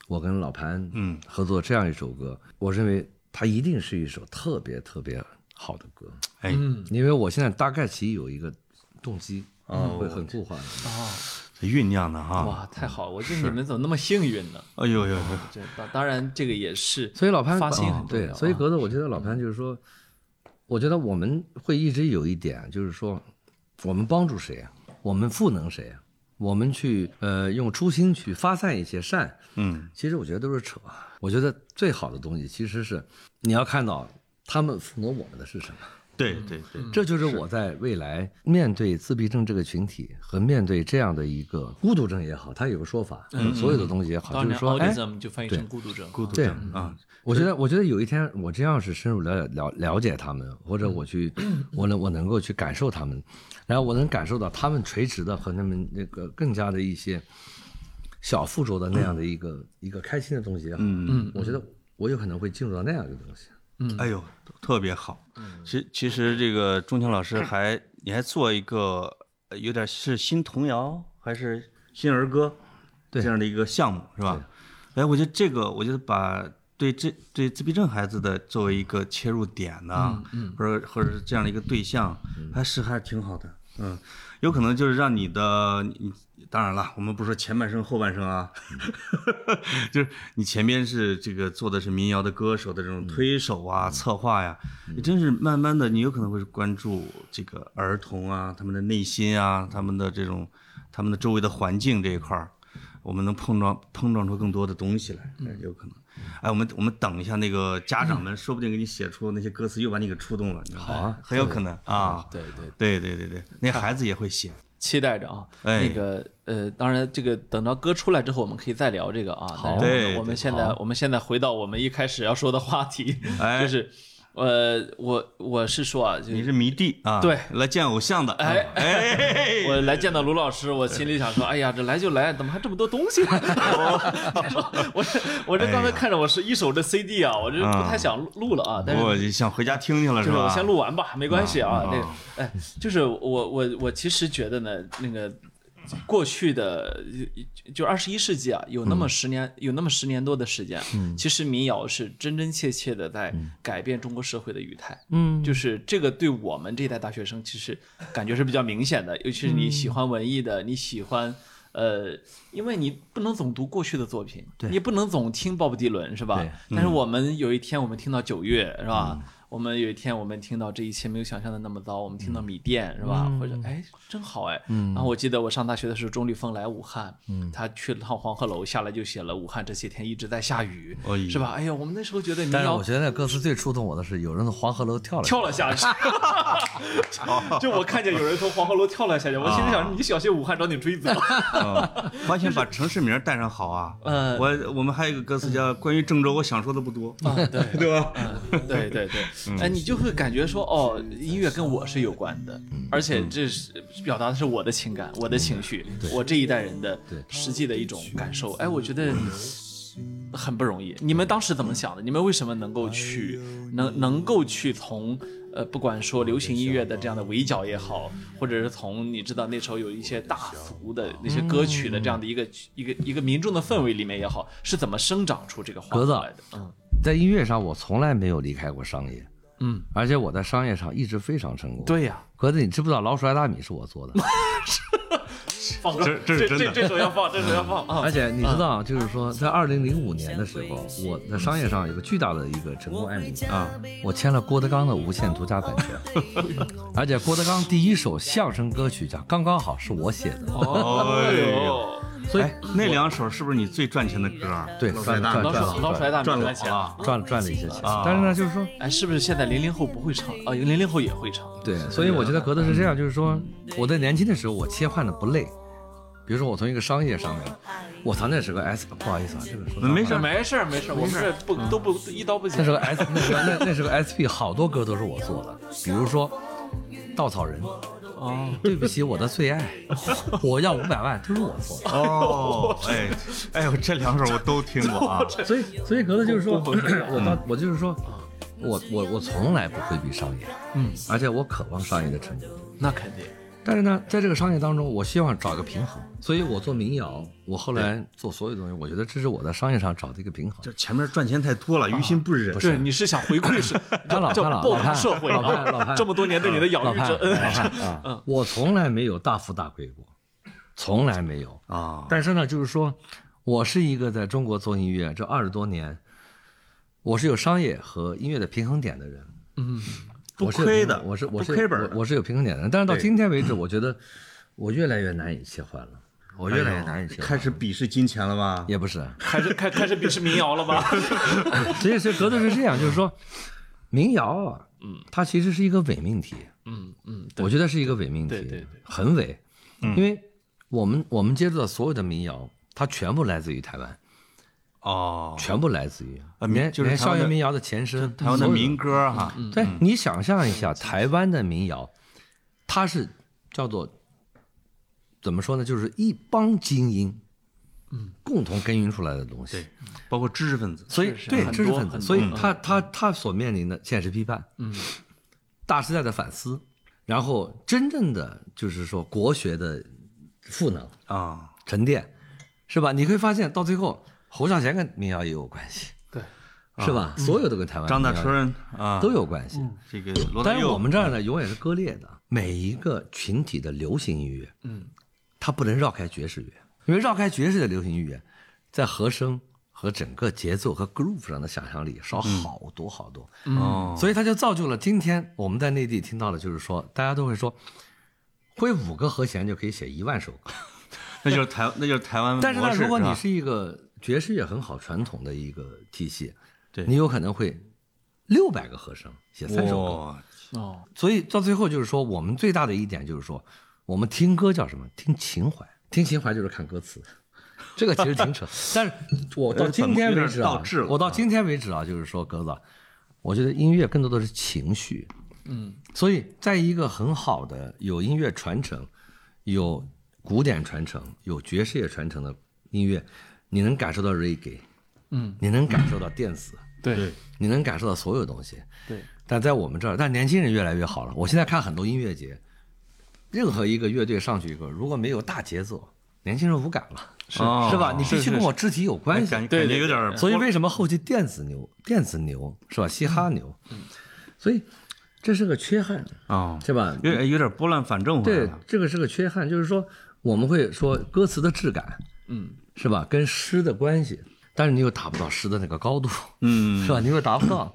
Speaker 3: 我跟老潘
Speaker 2: 嗯
Speaker 3: 合作这样一首歌，我认为它一定是一首特别特别好的歌，
Speaker 2: 哎，
Speaker 1: 嗯
Speaker 3: 因为我现在大概其有一个动机。
Speaker 1: 哦
Speaker 3: 啊，会很固化的。
Speaker 2: 酝酿的哈，
Speaker 1: 哇，太好了！我觉得你们怎么那么幸运呢？
Speaker 2: 哎呦呦呦，
Speaker 1: 这当当然，这个也是，
Speaker 3: 所以老潘
Speaker 1: 发心
Speaker 3: 啊
Speaker 1: 很重要
Speaker 3: 对，
Speaker 1: 啊
Speaker 3: 所以格子，我觉得老潘就是说，我觉得我们会一直有一点，就是说，我们帮助谁啊？我们赋能谁啊？我们去呃用初心去发散一些善，
Speaker 2: 嗯，
Speaker 3: 其实我觉得都是扯。啊我觉得最好的东西其实是你要看到他们赋能我们的是什么，
Speaker 2: 对对对，
Speaker 1: 嗯
Speaker 3: 这就是我在未来面对自闭症这个群体和面对这样的一个孤独症也好，它有个说法，所有的东西也好，
Speaker 1: 当
Speaker 3: 就是
Speaker 1: 年
Speaker 3: 说，哎，
Speaker 1: autism 就翻译成孤独症，孤
Speaker 3: 对，
Speaker 2: 啊，
Speaker 3: 我觉得，我觉得有一天我真要是深入了解了了解他们，或者我去， 我能我能够去感受他们，然后我能感受到他们垂直的和他们那个更加的一些小附着的那样的一个、一个开心的东西也好，嗯，我觉得我有可能会进入到那样一个东西。
Speaker 2: 哎呦，特别好。其其实这个钟情老师还，你还做一个呃有点是新童谣还是新儿歌
Speaker 3: 对
Speaker 2: 这样的一个项目是吧？哎，我觉得这个，我觉得把对这对自闭症孩子的作为一个切入点呢、或者或者是这样的一个对象，还是还挺好的。嗯，有可能就是让你的你，你当然了，我们不说前半生后半生啊， 就是你前边是这个做的是民谣的歌手的这种推手啊、策划呀，你真是慢慢的，你有可能会关注这个儿童啊，他们的内心啊，他们的这种，他们的周围的环境这一块儿，我们能碰撞碰撞出更多的东西来，哎有可能。哎，我们我们等一下，那个家长们说不定给你写出那些歌词，又把你给触动了。好
Speaker 3: 啊
Speaker 2: 很有可能啊。
Speaker 1: 对对，
Speaker 2: 对对对对，那孩子也会写，
Speaker 1: 期待着啊。
Speaker 2: 哎
Speaker 1: 那个呃，当然这个等到歌出来之后，我们可以再聊这个啊。好
Speaker 2: 对
Speaker 1: 我们
Speaker 2: 对
Speaker 1: 现在我们现在回到我们一开始要说的话题，
Speaker 2: 哎
Speaker 1: 就是呃，我我是说啊，就
Speaker 2: 你
Speaker 1: 是
Speaker 2: 是迷弟啊，
Speaker 1: 对
Speaker 2: 来见偶像的，
Speaker 1: 哎
Speaker 2: 哎，
Speaker 1: 我来见到卢老师，我心里想说，哎呀，这来就来，怎么还这么多东 西？我 我这我这刚
Speaker 2: 哎
Speaker 1: 才看着我是一手这 CD 啊，我这不太想录了啊，但是
Speaker 2: 我就想回家听去了
Speaker 1: 就是是
Speaker 2: 吧？
Speaker 1: 我 先录完吧，没关系啊
Speaker 2: 啊。
Speaker 1: 那个，哎，就是我我我其实觉得呢，那个过去的就二十一世纪啊，有
Speaker 2: 嗯
Speaker 1: 那么十年，有那么十年多的时间，其实民谣是真真切切的在
Speaker 2: 嗯
Speaker 1: 改变中国社会的语态。
Speaker 3: 嗯，
Speaker 1: 就是这个对我们这一代大学生其实感觉是比较明显的，尤其是你喜欢文艺的，你喜欢。呃，因为你不能总读过去的作品，
Speaker 3: 对
Speaker 1: 你不能总听鲍勃迪伦是吧
Speaker 3: 对？嗯
Speaker 1: 但是我们有一天我们听到九月是吧？我们有一天我们听到这一切没有想象的那么糟，我们听到米店是
Speaker 3: 嗯
Speaker 1: 吧？或者哎真好哎。然后我记得我上大学的时候，钟立风来武汉，
Speaker 3: 嗯
Speaker 1: 他去了趟黄鹤楼，下来就写了武汉这些天一直在下雨
Speaker 2: 哎，呦
Speaker 1: 是吧？哎呀，我们那时候觉得民
Speaker 3: 但是
Speaker 1: 谣
Speaker 3: 我觉得那歌词最触动我的是，有人从黄鹤楼跳了下来，
Speaker 1: 跳了下去。 就我看见有人从黄鹤楼跳了下去，我心里想，你小心武汉找你追责。
Speaker 2: 啊，完全把城市名带上 好啊。
Speaker 1: 呃
Speaker 2: 我我们还有一个歌词叫《关于郑州》，我想说的不多，
Speaker 1: 啊对
Speaker 2: 对吧？
Speaker 1: 对对
Speaker 3: 嗯
Speaker 1: 对，哎，你就会感觉说，哦，音乐跟我是有关的，
Speaker 3: 嗯
Speaker 1: 而且这是表达的是我的情感、我的情绪、我这一代人的实际的一种感受。哎，我觉
Speaker 3: 嗯
Speaker 1: 得。很不容易。你们当时怎么想的？你们为什么能够去能能够去从呃，不管说流行音乐的这样的围剿也好，或者是从你知道那时候有一些大俗的那些歌曲的这样的一个、一个一个民众的氛围里面也好，是怎么生长出这个花
Speaker 3: 格子啊
Speaker 1: 来的？嗯
Speaker 3: 在音乐上，我从来没有离开过商业，
Speaker 1: 嗯，
Speaker 3: 而且我在商业上一直非常成功。，
Speaker 1: 对呀、
Speaker 3: 格子，你知不知道《老鼠爱大米》是我做 的？
Speaker 1: 放歌，
Speaker 2: 这这是真
Speaker 1: 这
Speaker 2: 的
Speaker 1: 这首要放，这首要放啊
Speaker 3: 而！且你知道，就是说，在二零零五年的时候，我在商业上有个巨大的一个成功案例啊，我签了郭德纲的无限独家版 权，而且郭德纲第一首相声歌曲叫《刚刚好》是我写的，
Speaker 1: 哦
Speaker 2: 哎呦，
Speaker 1: 呦，
Speaker 3: 所以
Speaker 2: 哎，那两首是不是你最赚钱的歌啊？
Speaker 3: 对赚赚
Speaker 1: 老
Speaker 3: 赚
Speaker 1: 鼠老鼠爱
Speaker 3: 了
Speaker 1: 大米
Speaker 2: 赚
Speaker 1: 赚
Speaker 2: 了
Speaker 1: 钱啊！
Speaker 3: 赚了赚了一些钱，但是呢，就是说。
Speaker 1: 哎，是不是现在零零后不会唱了啊？零零后也会唱，
Speaker 3: 对，所以我觉得嗯格子是这样，就是说我在年轻的时候我切换的不累，比如说我从一个商业上面，我操那是个 S，不好意思啊，这个说
Speaker 2: 嗯没事
Speaker 1: 这
Speaker 2: 儿，
Speaker 1: 没事儿没事儿，我们这不都不一刀不剪
Speaker 3: 那是。个 S，那是个那那是个 SP，好 多歌都是我做的，比如说稻草人，
Speaker 1: 哦，
Speaker 3: 对不起我的最爱， 我要五百万都是我做的。
Speaker 2: 哦，哎，哎呦，这两首我都听过啊。
Speaker 3: 所以所以格子就是说，
Speaker 1: 公公公
Speaker 3: 我到我就是说，嗯我我我从来不回避商业，
Speaker 1: 嗯，
Speaker 3: 而且我渴望商业的成功。
Speaker 1: 那肯定。
Speaker 3: 但是呢，在这个商业当中，我希望找一个平衡，所以我做民谣，我后来做所有东西，我觉得这是我在商业上找的一个平衡
Speaker 2: 就。前面赚钱太多了，于心不忍。
Speaker 1: 对，你是想回馈是
Speaker 3: 潘老
Speaker 1: 叫
Speaker 3: 潘老
Speaker 1: 报
Speaker 3: 老
Speaker 1: 答
Speaker 3: 潘
Speaker 1: 社会
Speaker 3: 老潘 老
Speaker 1: 啊，
Speaker 3: 潘
Speaker 1: 这么多年对你的养
Speaker 3: 老
Speaker 1: 育
Speaker 3: 潘，
Speaker 1: 之
Speaker 3: 老
Speaker 1: 恩。
Speaker 3: 潘啊，我从来没有大富大贵过，从来没有。
Speaker 2: 啊，
Speaker 3: 但是呢，就是说我是一个在中国做音乐这二十多年，我是有商业和音乐的平衡点的人。
Speaker 2: 不
Speaker 3: 我是有
Speaker 2: 亏
Speaker 3: 平
Speaker 2: 的，
Speaker 3: 我是
Speaker 2: 不
Speaker 3: 我是
Speaker 2: 亏本
Speaker 3: 我
Speaker 2: 的。
Speaker 3: 我是有平衡点的人。但是到
Speaker 2: 对
Speaker 3: 今天为止，我觉得我越来越难以切换了，我越来越难以切换。
Speaker 2: 开始鄙视金钱了
Speaker 1: 啊
Speaker 2: 吧？
Speaker 3: 也不是，
Speaker 1: 开始开开始鄙视民谣了吧？
Speaker 3: 所以，所以格子是这 样，就是说，民谣啊，嗯，它其实是一个伪命题，
Speaker 1: 嗯嗯，对
Speaker 3: 我觉得是一个伪命题，
Speaker 1: 对对对
Speaker 3: 很伪，
Speaker 2: 嗯
Speaker 3: 因为我们我们接触到所有的民谣，它全部来自于台湾，
Speaker 2: 哦，
Speaker 3: 全部来自于
Speaker 2: 啊民
Speaker 3: 连
Speaker 2: 就是
Speaker 3: 连
Speaker 2: 台湾
Speaker 3: 校
Speaker 2: 的
Speaker 3: 园民谣的前身，
Speaker 2: 台湾的
Speaker 3: 所有
Speaker 2: 民嗯歌哈，
Speaker 1: 嗯
Speaker 3: 对，你想象一下，台湾的民谣，它是叫做怎么说呢？就是一帮精英，嗯，共同耕耘出来的东西，
Speaker 2: 对，包括知识分子。
Speaker 3: 所以
Speaker 1: 是是
Speaker 3: 对
Speaker 1: 很
Speaker 3: 知识
Speaker 1: 多
Speaker 3: 分子，
Speaker 1: 很
Speaker 3: 所以
Speaker 1: 多
Speaker 3: 他他他所面临的现实批判，嗯，大时代的反思，然后真正的就是说国学的赋能
Speaker 2: 啊，
Speaker 3: 沉淀，是吧？你会发现到最后，侯孝贤跟民谣也有关系，
Speaker 1: 对，
Speaker 3: 是吧？所有的跟台湾
Speaker 2: 张大
Speaker 3: 民谣
Speaker 2: 春啊，
Speaker 3: 都有关系。
Speaker 2: 这个罗大
Speaker 3: 但是
Speaker 2: 佑。
Speaker 3: 我们这儿呢，永远是割裂的。每一个群体的流行音乐，嗯，它不能绕开爵士乐，因为绕开爵士的流行音乐，在和声和整个节奏和 groove 上的想象力少好多好多，
Speaker 2: 哦，
Speaker 3: 所以它就造就了今天我们在内地听到的，就是说大家都会说，会五个和弦就可以写一万首歌。
Speaker 2: 那就是台，那就是台嗯湾模式。
Speaker 3: 但是呢，如果你
Speaker 2: 吧
Speaker 3: 是一个爵士乐很好传统的一个体系，
Speaker 2: 对
Speaker 3: 你有可能会六百个和声写三首歌。
Speaker 2: 哇
Speaker 1: 哦，
Speaker 3: 所以到最后就是说，我们最大的一点就是说，我们听歌叫什么？听情怀，听情怀就是看歌词，这个其实挺扯。但是我到今天为止
Speaker 2: 有点
Speaker 3: 啊
Speaker 2: 倒置了，
Speaker 3: 我到今天为止啊，就是说鸽子啊，我觉得音乐更多的是情绪，
Speaker 1: 嗯，
Speaker 3: 所以在一个很好的有音乐传承、有古典传承、有爵士乐传承的音乐，你能感受到 reggae，
Speaker 1: 嗯，
Speaker 3: 你能感受到电子，
Speaker 1: 对
Speaker 3: 你能感受到所有东西。
Speaker 1: 对，
Speaker 3: 但在我们这儿，但年轻人越来越好了。我现在看很多音乐节，任何一个乐队上去以后，如果没有大节奏，年轻人无感了，是
Speaker 2: 哦
Speaker 3: 是吧？你必
Speaker 2: 是
Speaker 3: 须跟我肢体有关系
Speaker 2: 感。
Speaker 1: 对
Speaker 2: 感
Speaker 1: 对
Speaker 2: 觉有点儿
Speaker 3: 所以为什么后期电子牛、电子牛是吧？嘻哈牛，
Speaker 2: 嗯
Speaker 3: 嗯所以这是个缺憾，
Speaker 2: 啊，
Speaker 3: 是吧？
Speaker 2: 有点有点拨乱反正回来
Speaker 3: 对
Speaker 2: 了，，
Speaker 3: 这个是个缺憾，就是说我们会说歌词的质感，
Speaker 1: 嗯，
Speaker 3: 是吧？跟诗的关系，但是你又达不到诗的那个高度，
Speaker 2: 嗯
Speaker 3: 是吧？你又达不到，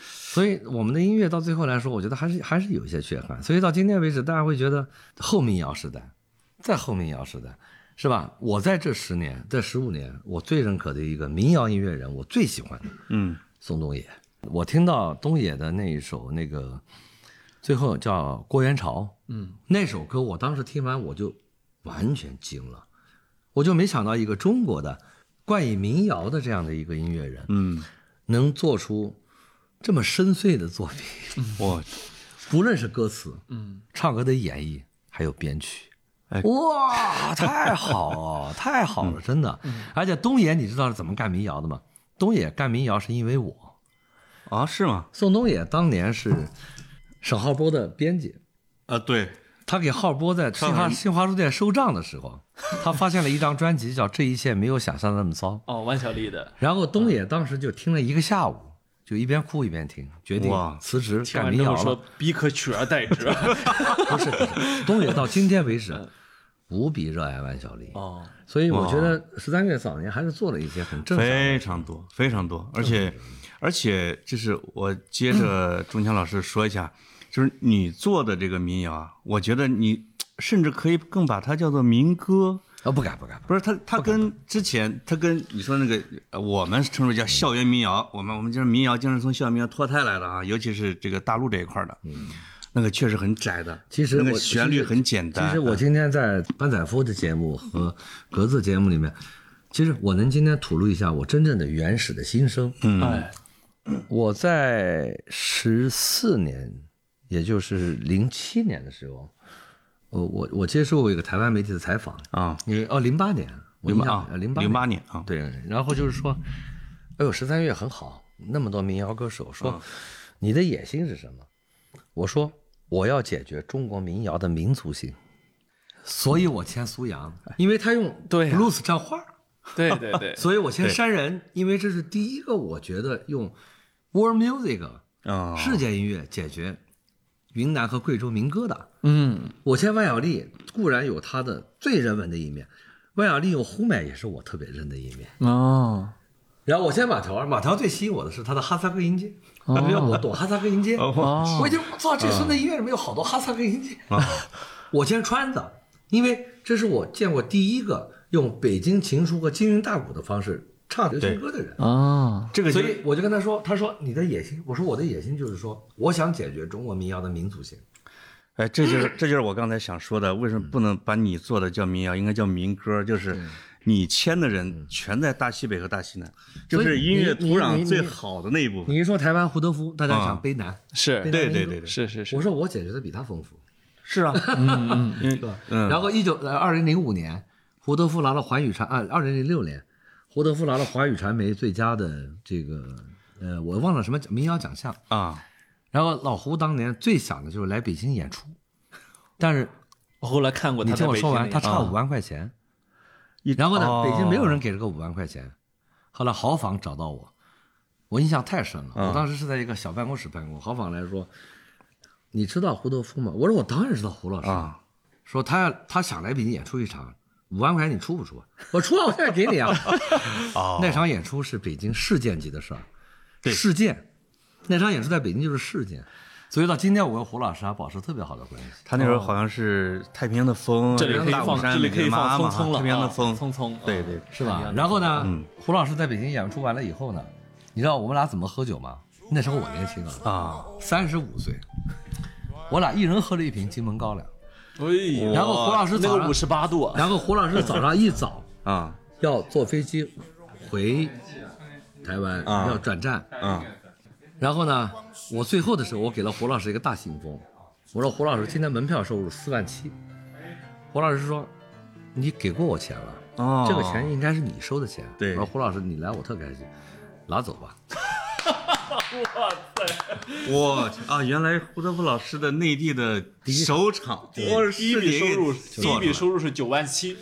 Speaker 3: 所以我们的音乐到最后来说，我觉得还是还是有一些缺憾。所以到今天为止，大家会觉得后民谣时代，在后民谣时代，是吧？我在这十年，这十五年，我最认可的一个民谣音乐人，我最喜欢的
Speaker 2: 嗯
Speaker 3: 宋冬野。我听到东野的那一首那个，最后叫《郭元潮》，
Speaker 1: 嗯，
Speaker 3: 那首歌我当时听完我就完全惊了，我就没想到一个中国的冠以民谣的这样的一个音乐人，
Speaker 2: 嗯，
Speaker 3: 能做出这么深邃的作品，
Speaker 2: 我
Speaker 3: 不论是歌词，
Speaker 1: 嗯，
Speaker 3: 唱歌的演绎，还有编曲
Speaker 2: 哎。嗯
Speaker 3: 哇，太好，太好了，真的！而且东野，你知道是怎么干民谣的吗？东野干民谣是因为我，
Speaker 2: 啊是吗？
Speaker 3: 宋冬野当年是沈浩波的编辑，
Speaker 2: 啊对，
Speaker 3: 他给浩波在新
Speaker 2: 上海
Speaker 3: 华新华书店收账的时候，他发现了一张专辑叫《这一切没有想象的那么糟》，
Speaker 1: 哦，万晓利的，
Speaker 3: 然后东野当时就听了一个下午，就一边哭一边听，决定
Speaker 2: 哇
Speaker 3: 辞职
Speaker 1: 听
Speaker 3: 干
Speaker 1: 完
Speaker 3: 民
Speaker 1: 之
Speaker 3: 谣
Speaker 1: 后
Speaker 3: 了
Speaker 1: 说。彼可取而代之。
Speaker 3: 不是，不是东野到今天为止
Speaker 2: 嗯
Speaker 3: 无比热爱万晓利，
Speaker 1: 哦，
Speaker 3: 所以我觉得十三月早年还是做了一些很正常的。
Speaker 2: 非常多，非常多，而且，而且就是我接 着钟强老师说一下，就是你做的这个民谣啊，我觉得你甚至可以更把它叫做民歌，
Speaker 3: 啊，不敢不敢，不敢
Speaker 2: 不是它，它跟之前它跟你说那个呃我们称之为叫校园民谣，我们我们就是民谣，经常从校园民谣脱胎来的啊，尤其是这个大陆这一块的，那个确实很窄的，
Speaker 3: 嗯其实我
Speaker 2: 那个旋律很简单，嗯
Speaker 3: 其实我今天在班载夫的节目和格子节目里面，其实我能今天吐露一下我真正的原始的心声。
Speaker 2: 嗯
Speaker 1: 哎，
Speaker 3: 我在十四年，也就是零七年的时候，我我我接受过一个台湾媒体的采访，
Speaker 2: 啊，
Speaker 3: 因为哦零八年，我
Speaker 2: 零
Speaker 3: 印
Speaker 2: 八
Speaker 3: 象
Speaker 2: 啊
Speaker 3: 零八
Speaker 2: 零八年啊，
Speaker 3: 对，然后就是说，哎呦，十三月很好，那么多民谣歌手说，你的野心是什么？我说我要解决中国民谣的民族性，哎所以我签苏阳，因为他用
Speaker 1: 对呀
Speaker 3: blues 唱花儿，
Speaker 1: 对对对，
Speaker 3: 所以我签
Speaker 2: 对
Speaker 3: 山人，因为这是第一个我觉得用 world music
Speaker 2: 啊，
Speaker 3: 世界音乐解决云南和贵州民歌的。
Speaker 1: 嗯，
Speaker 3: 我签万晓利固然有他的最人文的一面，万晓利用呼麦也是我特别认的一面。
Speaker 1: 哦，
Speaker 3: 然后我先马条，马条最吸引我的是他的哈萨克音阶，因为我懂哈萨克音阶，
Speaker 2: 哦
Speaker 3: 我已经知道这孙子音乐里面有好多哈萨克音阶。我先穿的，因为这是我见过第一个用北京琴书和京韵大鼓的方式唱流行歌的人。
Speaker 1: 哦，
Speaker 2: 这个就
Speaker 3: 所以我就跟他说，他说你的野心，我说我的野心就是说，我想解决中国民谣的民族性。
Speaker 2: 哎，这就是这就是我刚才想说的，为
Speaker 1: 嗯
Speaker 2: 什么不能把你做的叫民谣，应该叫民歌？就是你签的
Speaker 1: 嗯
Speaker 2: 人全在大西北和大西南，就
Speaker 3: 所以
Speaker 2: 是音乐
Speaker 3: 你
Speaker 2: 土壤
Speaker 3: 你
Speaker 2: 最
Speaker 3: 你
Speaker 2: 好的那一部分。
Speaker 3: 你一说台湾胡德夫，大家想
Speaker 2: 啊
Speaker 3: 悲南，
Speaker 1: 是
Speaker 3: 悲
Speaker 2: 对
Speaker 3: 南
Speaker 2: 对
Speaker 3: 民歌
Speaker 2: 对对，
Speaker 1: 是是是
Speaker 3: 我，说我解决的比他丰富。
Speaker 2: 是啊，因为
Speaker 3: 对吧？
Speaker 2: 嗯
Speaker 3: 然后一九呃二零零五年，胡德夫拿了华语传啊，二零零六年，胡德夫拿了华语传媒最佳的这个呃，我忘了什么奖民谣奖项。
Speaker 2: 啊，
Speaker 3: 然后老胡当年最想的就是来北京演出，但是
Speaker 1: 我后来看过
Speaker 3: 你
Speaker 1: 他
Speaker 3: 听
Speaker 1: 在
Speaker 3: 我
Speaker 1: 北
Speaker 3: 说
Speaker 1: 京啊那
Speaker 3: 完，
Speaker 1: 一
Speaker 3: 他
Speaker 1: 场，
Speaker 3: 差五万块钱，
Speaker 2: 一
Speaker 3: 然后呢，
Speaker 2: 哦
Speaker 3: 北京没有人给这个五万块钱。后来豪仿找到我，我印象太深了。
Speaker 1: 嗯
Speaker 3: 我当时是在一个小办公室办公，豪仿来说，你知道胡德夫吗？我说我当然知道胡老师
Speaker 2: 啊，
Speaker 3: 说他要他想来北京演出一场，五万块钱你出不出？我出啊，我现在给你 啊。
Speaker 1: 哦
Speaker 3: 那场演出是北京市县级的事儿，
Speaker 2: 对
Speaker 3: 事件，那场演出在北京就是事件，所以到今天我跟胡老师还保持特别好的关系。
Speaker 2: 他那时候好像是太平洋的风，
Speaker 1: 哦这里
Speaker 2: 然后
Speaker 1: 可以
Speaker 2: 大武
Speaker 1: 放，
Speaker 2: 山
Speaker 1: 这里可以
Speaker 2: 美
Speaker 1: 放
Speaker 2: 妈妈
Speaker 1: 匆匆了啊，
Speaker 2: 太平洋的风，
Speaker 1: 匆匆，啊
Speaker 2: 对对，
Speaker 3: 是吧？然后呢，胡老师在北京演出完了以后呢，你知道我们俩怎么喝酒吗？那时候我年轻啊，
Speaker 2: 啊，
Speaker 3: 三十五岁，我俩一人喝了一瓶金门高粱，
Speaker 1: 哎
Speaker 3: 然后胡老师
Speaker 1: 那
Speaker 3: 早
Speaker 1: 个
Speaker 3: 上
Speaker 1: 五，十八度， 啊
Speaker 3: 然后胡老师早上一早
Speaker 2: 啊
Speaker 3: 要坐飞机回台湾，
Speaker 2: 啊
Speaker 3: 要转站。
Speaker 2: 啊
Speaker 3: 然后呢，我最后的时候，我给了胡老师一个大信封，我说胡老师，今天门票收入四万七。胡老师说，你给过我钱了，
Speaker 2: 哦
Speaker 3: 这个钱应该是你收的钱。
Speaker 2: 对
Speaker 3: 我说胡老师，你来我特开心，拿走吧。
Speaker 2: 我啊，原来胡德夫老师的内地的首场，我
Speaker 1: 第一笔收入，第一笔收
Speaker 2: 入
Speaker 1: 入是九万七，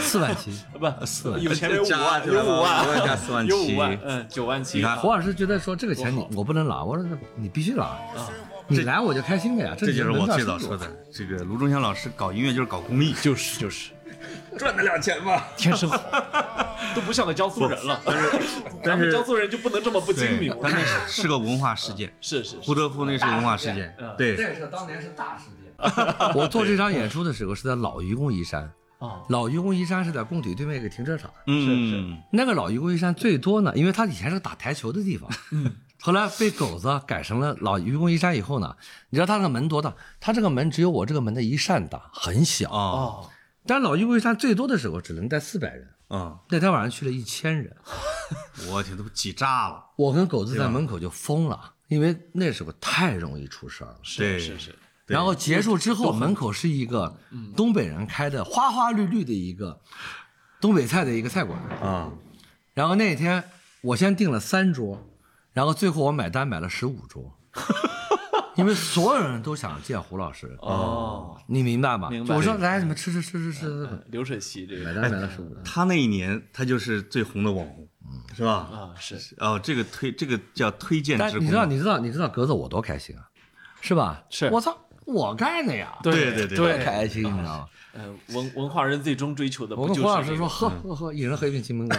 Speaker 3: 四万七，
Speaker 1: 不，
Speaker 2: 四万
Speaker 1: 有钱有五
Speaker 2: 加
Speaker 1: 万，
Speaker 2: 起来
Speaker 1: 有五
Speaker 2: 吧
Speaker 1: 万，
Speaker 2: 啊五万加四万
Speaker 1: 有
Speaker 2: 七
Speaker 1: 五万，嗯，九万七。
Speaker 2: 你看
Speaker 3: 胡 老师觉得说这个钱你我不能拿，我说那你必须拿，你来我就开心的呀。
Speaker 2: 啊这
Speaker 3: 这
Speaker 2: 就是
Speaker 3: 你
Speaker 2: 我
Speaker 3: 门票
Speaker 2: 最
Speaker 3: 收
Speaker 2: 早
Speaker 3: 入
Speaker 2: 说的，这个卢中祥老师搞音乐就是搞公益，
Speaker 1: 就是就是，
Speaker 2: 赚得了钱 吗？
Speaker 1: 天生好，都不像个江苏人了。 咱
Speaker 2: 但
Speaker 1: 们
Speaker 2: 是
Speaker 1: 江苏人就不能这么不精
Speaker 2: 对
Speaker 1: 明。，嗯
Speaker 2: 但那是是个文化事件，
Speaker 1: 是是
Speaker 2: 胡德夫那是文化事件，
Speaker 1: 啊
Speaker 2: 对，
Speaker 3: 个是当年是大事件。 我做这场演出的时候是在老愚公移山，
Speaker 1: 啊，
Speaker 3: 老愚公移山是在工体对面一个停车场。
Speaker 2: 嗯，
Speaker 3: 那个老愚公移山最多呢，因为它以前是打台球的地方，后来被狗子改成了老愚公移山以后呢，你知道它那个门多大？它这个门只有我这个门的一扇大，很小。
Speaker 2: 哦
Speaker 1: 哦，
Speaker 3: 但老愚公移山最多的时候只能带四百人，
Speaker 2: 哦，
Speaker 3: 那天晚上去了一千人，
Speaker 2: 我天，都挤炸了，
Speaker 3: 我跟狗子在门口就疯了，因为那时候太容易出事儿了。
Speaker 2: 对
Speaker 1: 是是是，
Speaker 2: 对
Speaker 3: 然后结束之后，门口是一个东北人开的花花绿绿的一个东北菜的一个菜馆。
Speaker 2: 啊，
Speaker 3: 然后那天我先订了三桌，然后最后我买单买了十五桌，因为所有人都想见胡老师，
Speaker 1: 哦，
Speaker 3: 你明白吗？
Speaker 1: 明白
Speaker 3: 我说来，你们吃吃吃吃吃吃，吃
Speaker 1: 流水席这
Speaker 3: 买
Speaker 1: 个
Speaker 3: 单买了十五。
Speaker 2: 他那一年他就是最红的网红，是吧？
Speaker 1: 啊是
Speaker 2: 哦，这个推这个叫推荐
Speaker 3: 但
Speaker 2: 之
Speaker 3: 你
Speaker 2: 功
Speaker 3: 知道，你知道，你知道格子我多开心啊，是吧？
Speaker 1: 是
Speaker 3: 我操，我干的呀，
Speaker 2: 对对
Speaker 1: 对
Speaker 2: 对
Speaker 3: 多开心，你知道吗？
Speaker 1: 呃，文文化人最终追求的不
Speaker 3: 我
Speaker 1: 就
Speaker 3: 跟
Speaker 1: 是
Speaker 3: 胡老师
Speaker 1: 这
Speaker 3: 说，
Speaker 1: 个嗯
Speaker 3: 喝喝喝，一人喝一瓶金门 羹。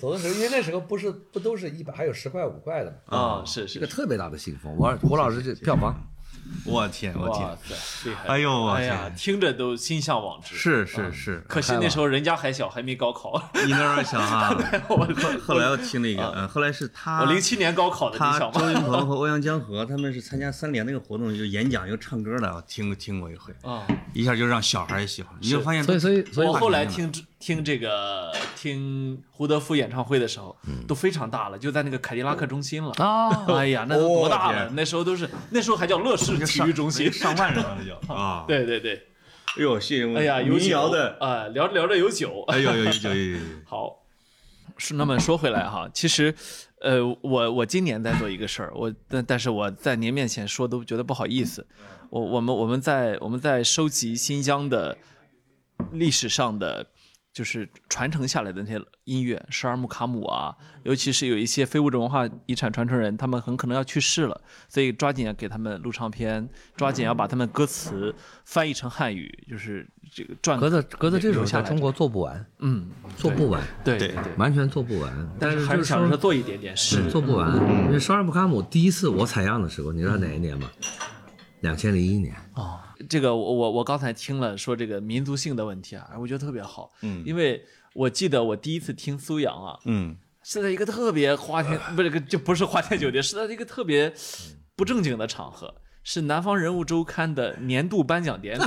Speaker 3: 走的时候，因为那时候不是不都是一百，还有十块五块的嘛，
Speaker 1: 啊，是
Speaker 3: 这
Speaker 1: 是
Speaker 3: 个，特别大的信封。我说胡老师这票房，
Speaker 2: 我天，我
Speaker 1: 哇
Speaker 2: 天，
Speaker 1: 塞，厉害！
Speaker 2: 哎呦我
Speaker 1: 哎呀，
Speaker 2: 天，
Speaker 1: 听着都心向往之。
Speaker 2: 是是是，
Speaker 1: 可惜那时候人家还小，还没高考。
Speaker 2: 你那时候想啊，
Speaker 1: 嗯 我
Speaker 2: 后来我听了一个，嗯，后来是他，
Speaker 1: 我零七年高考的，你
Speaker 2: 他
Speaker 1: 想
Speaker 2: 周
Speaker 1: 吗？
Speaker 2: 云 鹏和欧阳江河他们是参加三联那个活动，就演讲又唱歌的，我听听过一回，
Speaker 1: 啊，
Speaker 2: 一下就让小孩也喜欢，你就发现
Speaker 3: 所以所以所以
Speaker 1: 我后来听听这个听胡德夫演唱会的时候，
Speaker 2: 嗯
Speaker 1: 都非常大了，就在那个凯迪拉克中心了。
Speaker 3: 啊，
Speaker 1: 哎呀，那都多大
Speaker 2: 我
Speaker 1: 了？
Speaker 2: 哦天
Speaker 1: 那时候都是那时候还叫乐视体育中心。
Speaker 2: 上万 人了就啊，，
Speaker 1: 哦对对对，
Speaker 2: 哎呦，谢谢我
Speaker 1: 哎呀，有
Speaker 2: 民谣
Speaker 1: 酒
Speaker 2: 的，
Speaker 1: 啊，聊着聊着有酒，
Speaker 2: 哎呦呦呦呦呦，
Speaker 1: 好，是那么说回来哈，其实，呃，我我今年在做一个事儿，我但但是我在您面前说都觉得不好意思。我我们我们在我们在收集新疆的历史上的。就是传承下来的那些音乐，十二木卡姆啊，尤其是有一些非物质文化遗产传承人，他们很可能要去世了，所以抓紧要给他们录唱片，抓紧要把他们歌词翻译成汉语，就是这个赚
Speaker 3: 格子格子这
Speaker 1: 留
Speaker 3: 种
Speaker 1: 下
Speaker 3: 在
Speaker 1: 来
Speaker 3: 中国做不完，
Speaker 1: 嗯，
Speaker 3: 做不完，
Speaker 1: 对
Speaker 2: 对
Speaker 1: 对，
Speaker 3: 完全做不完。但是
Speaker 1: 还
Speaker 3: 就是是
Speaker 1: 想着说
Speaker 3: 说嗯
Speaker 1: 做一点嗯点事。
Speaker 3: 做不完，因为沙尔布卡姆第一次我采样的时候，你知道哪一年吗？两千零一年。
Speaker 1: 哦，这个我我我刚才听了说这个民族性的问题啊，我觉得特别好，嗯，因为我记得我第一次听苏阳啊，
Speaker 2: 嗯，
Speaker 1: 是在一个特别花天不是个就不是花天酒地，是在一个特别不正经的场合，是南方人物周刊的年度颁奖 典礼，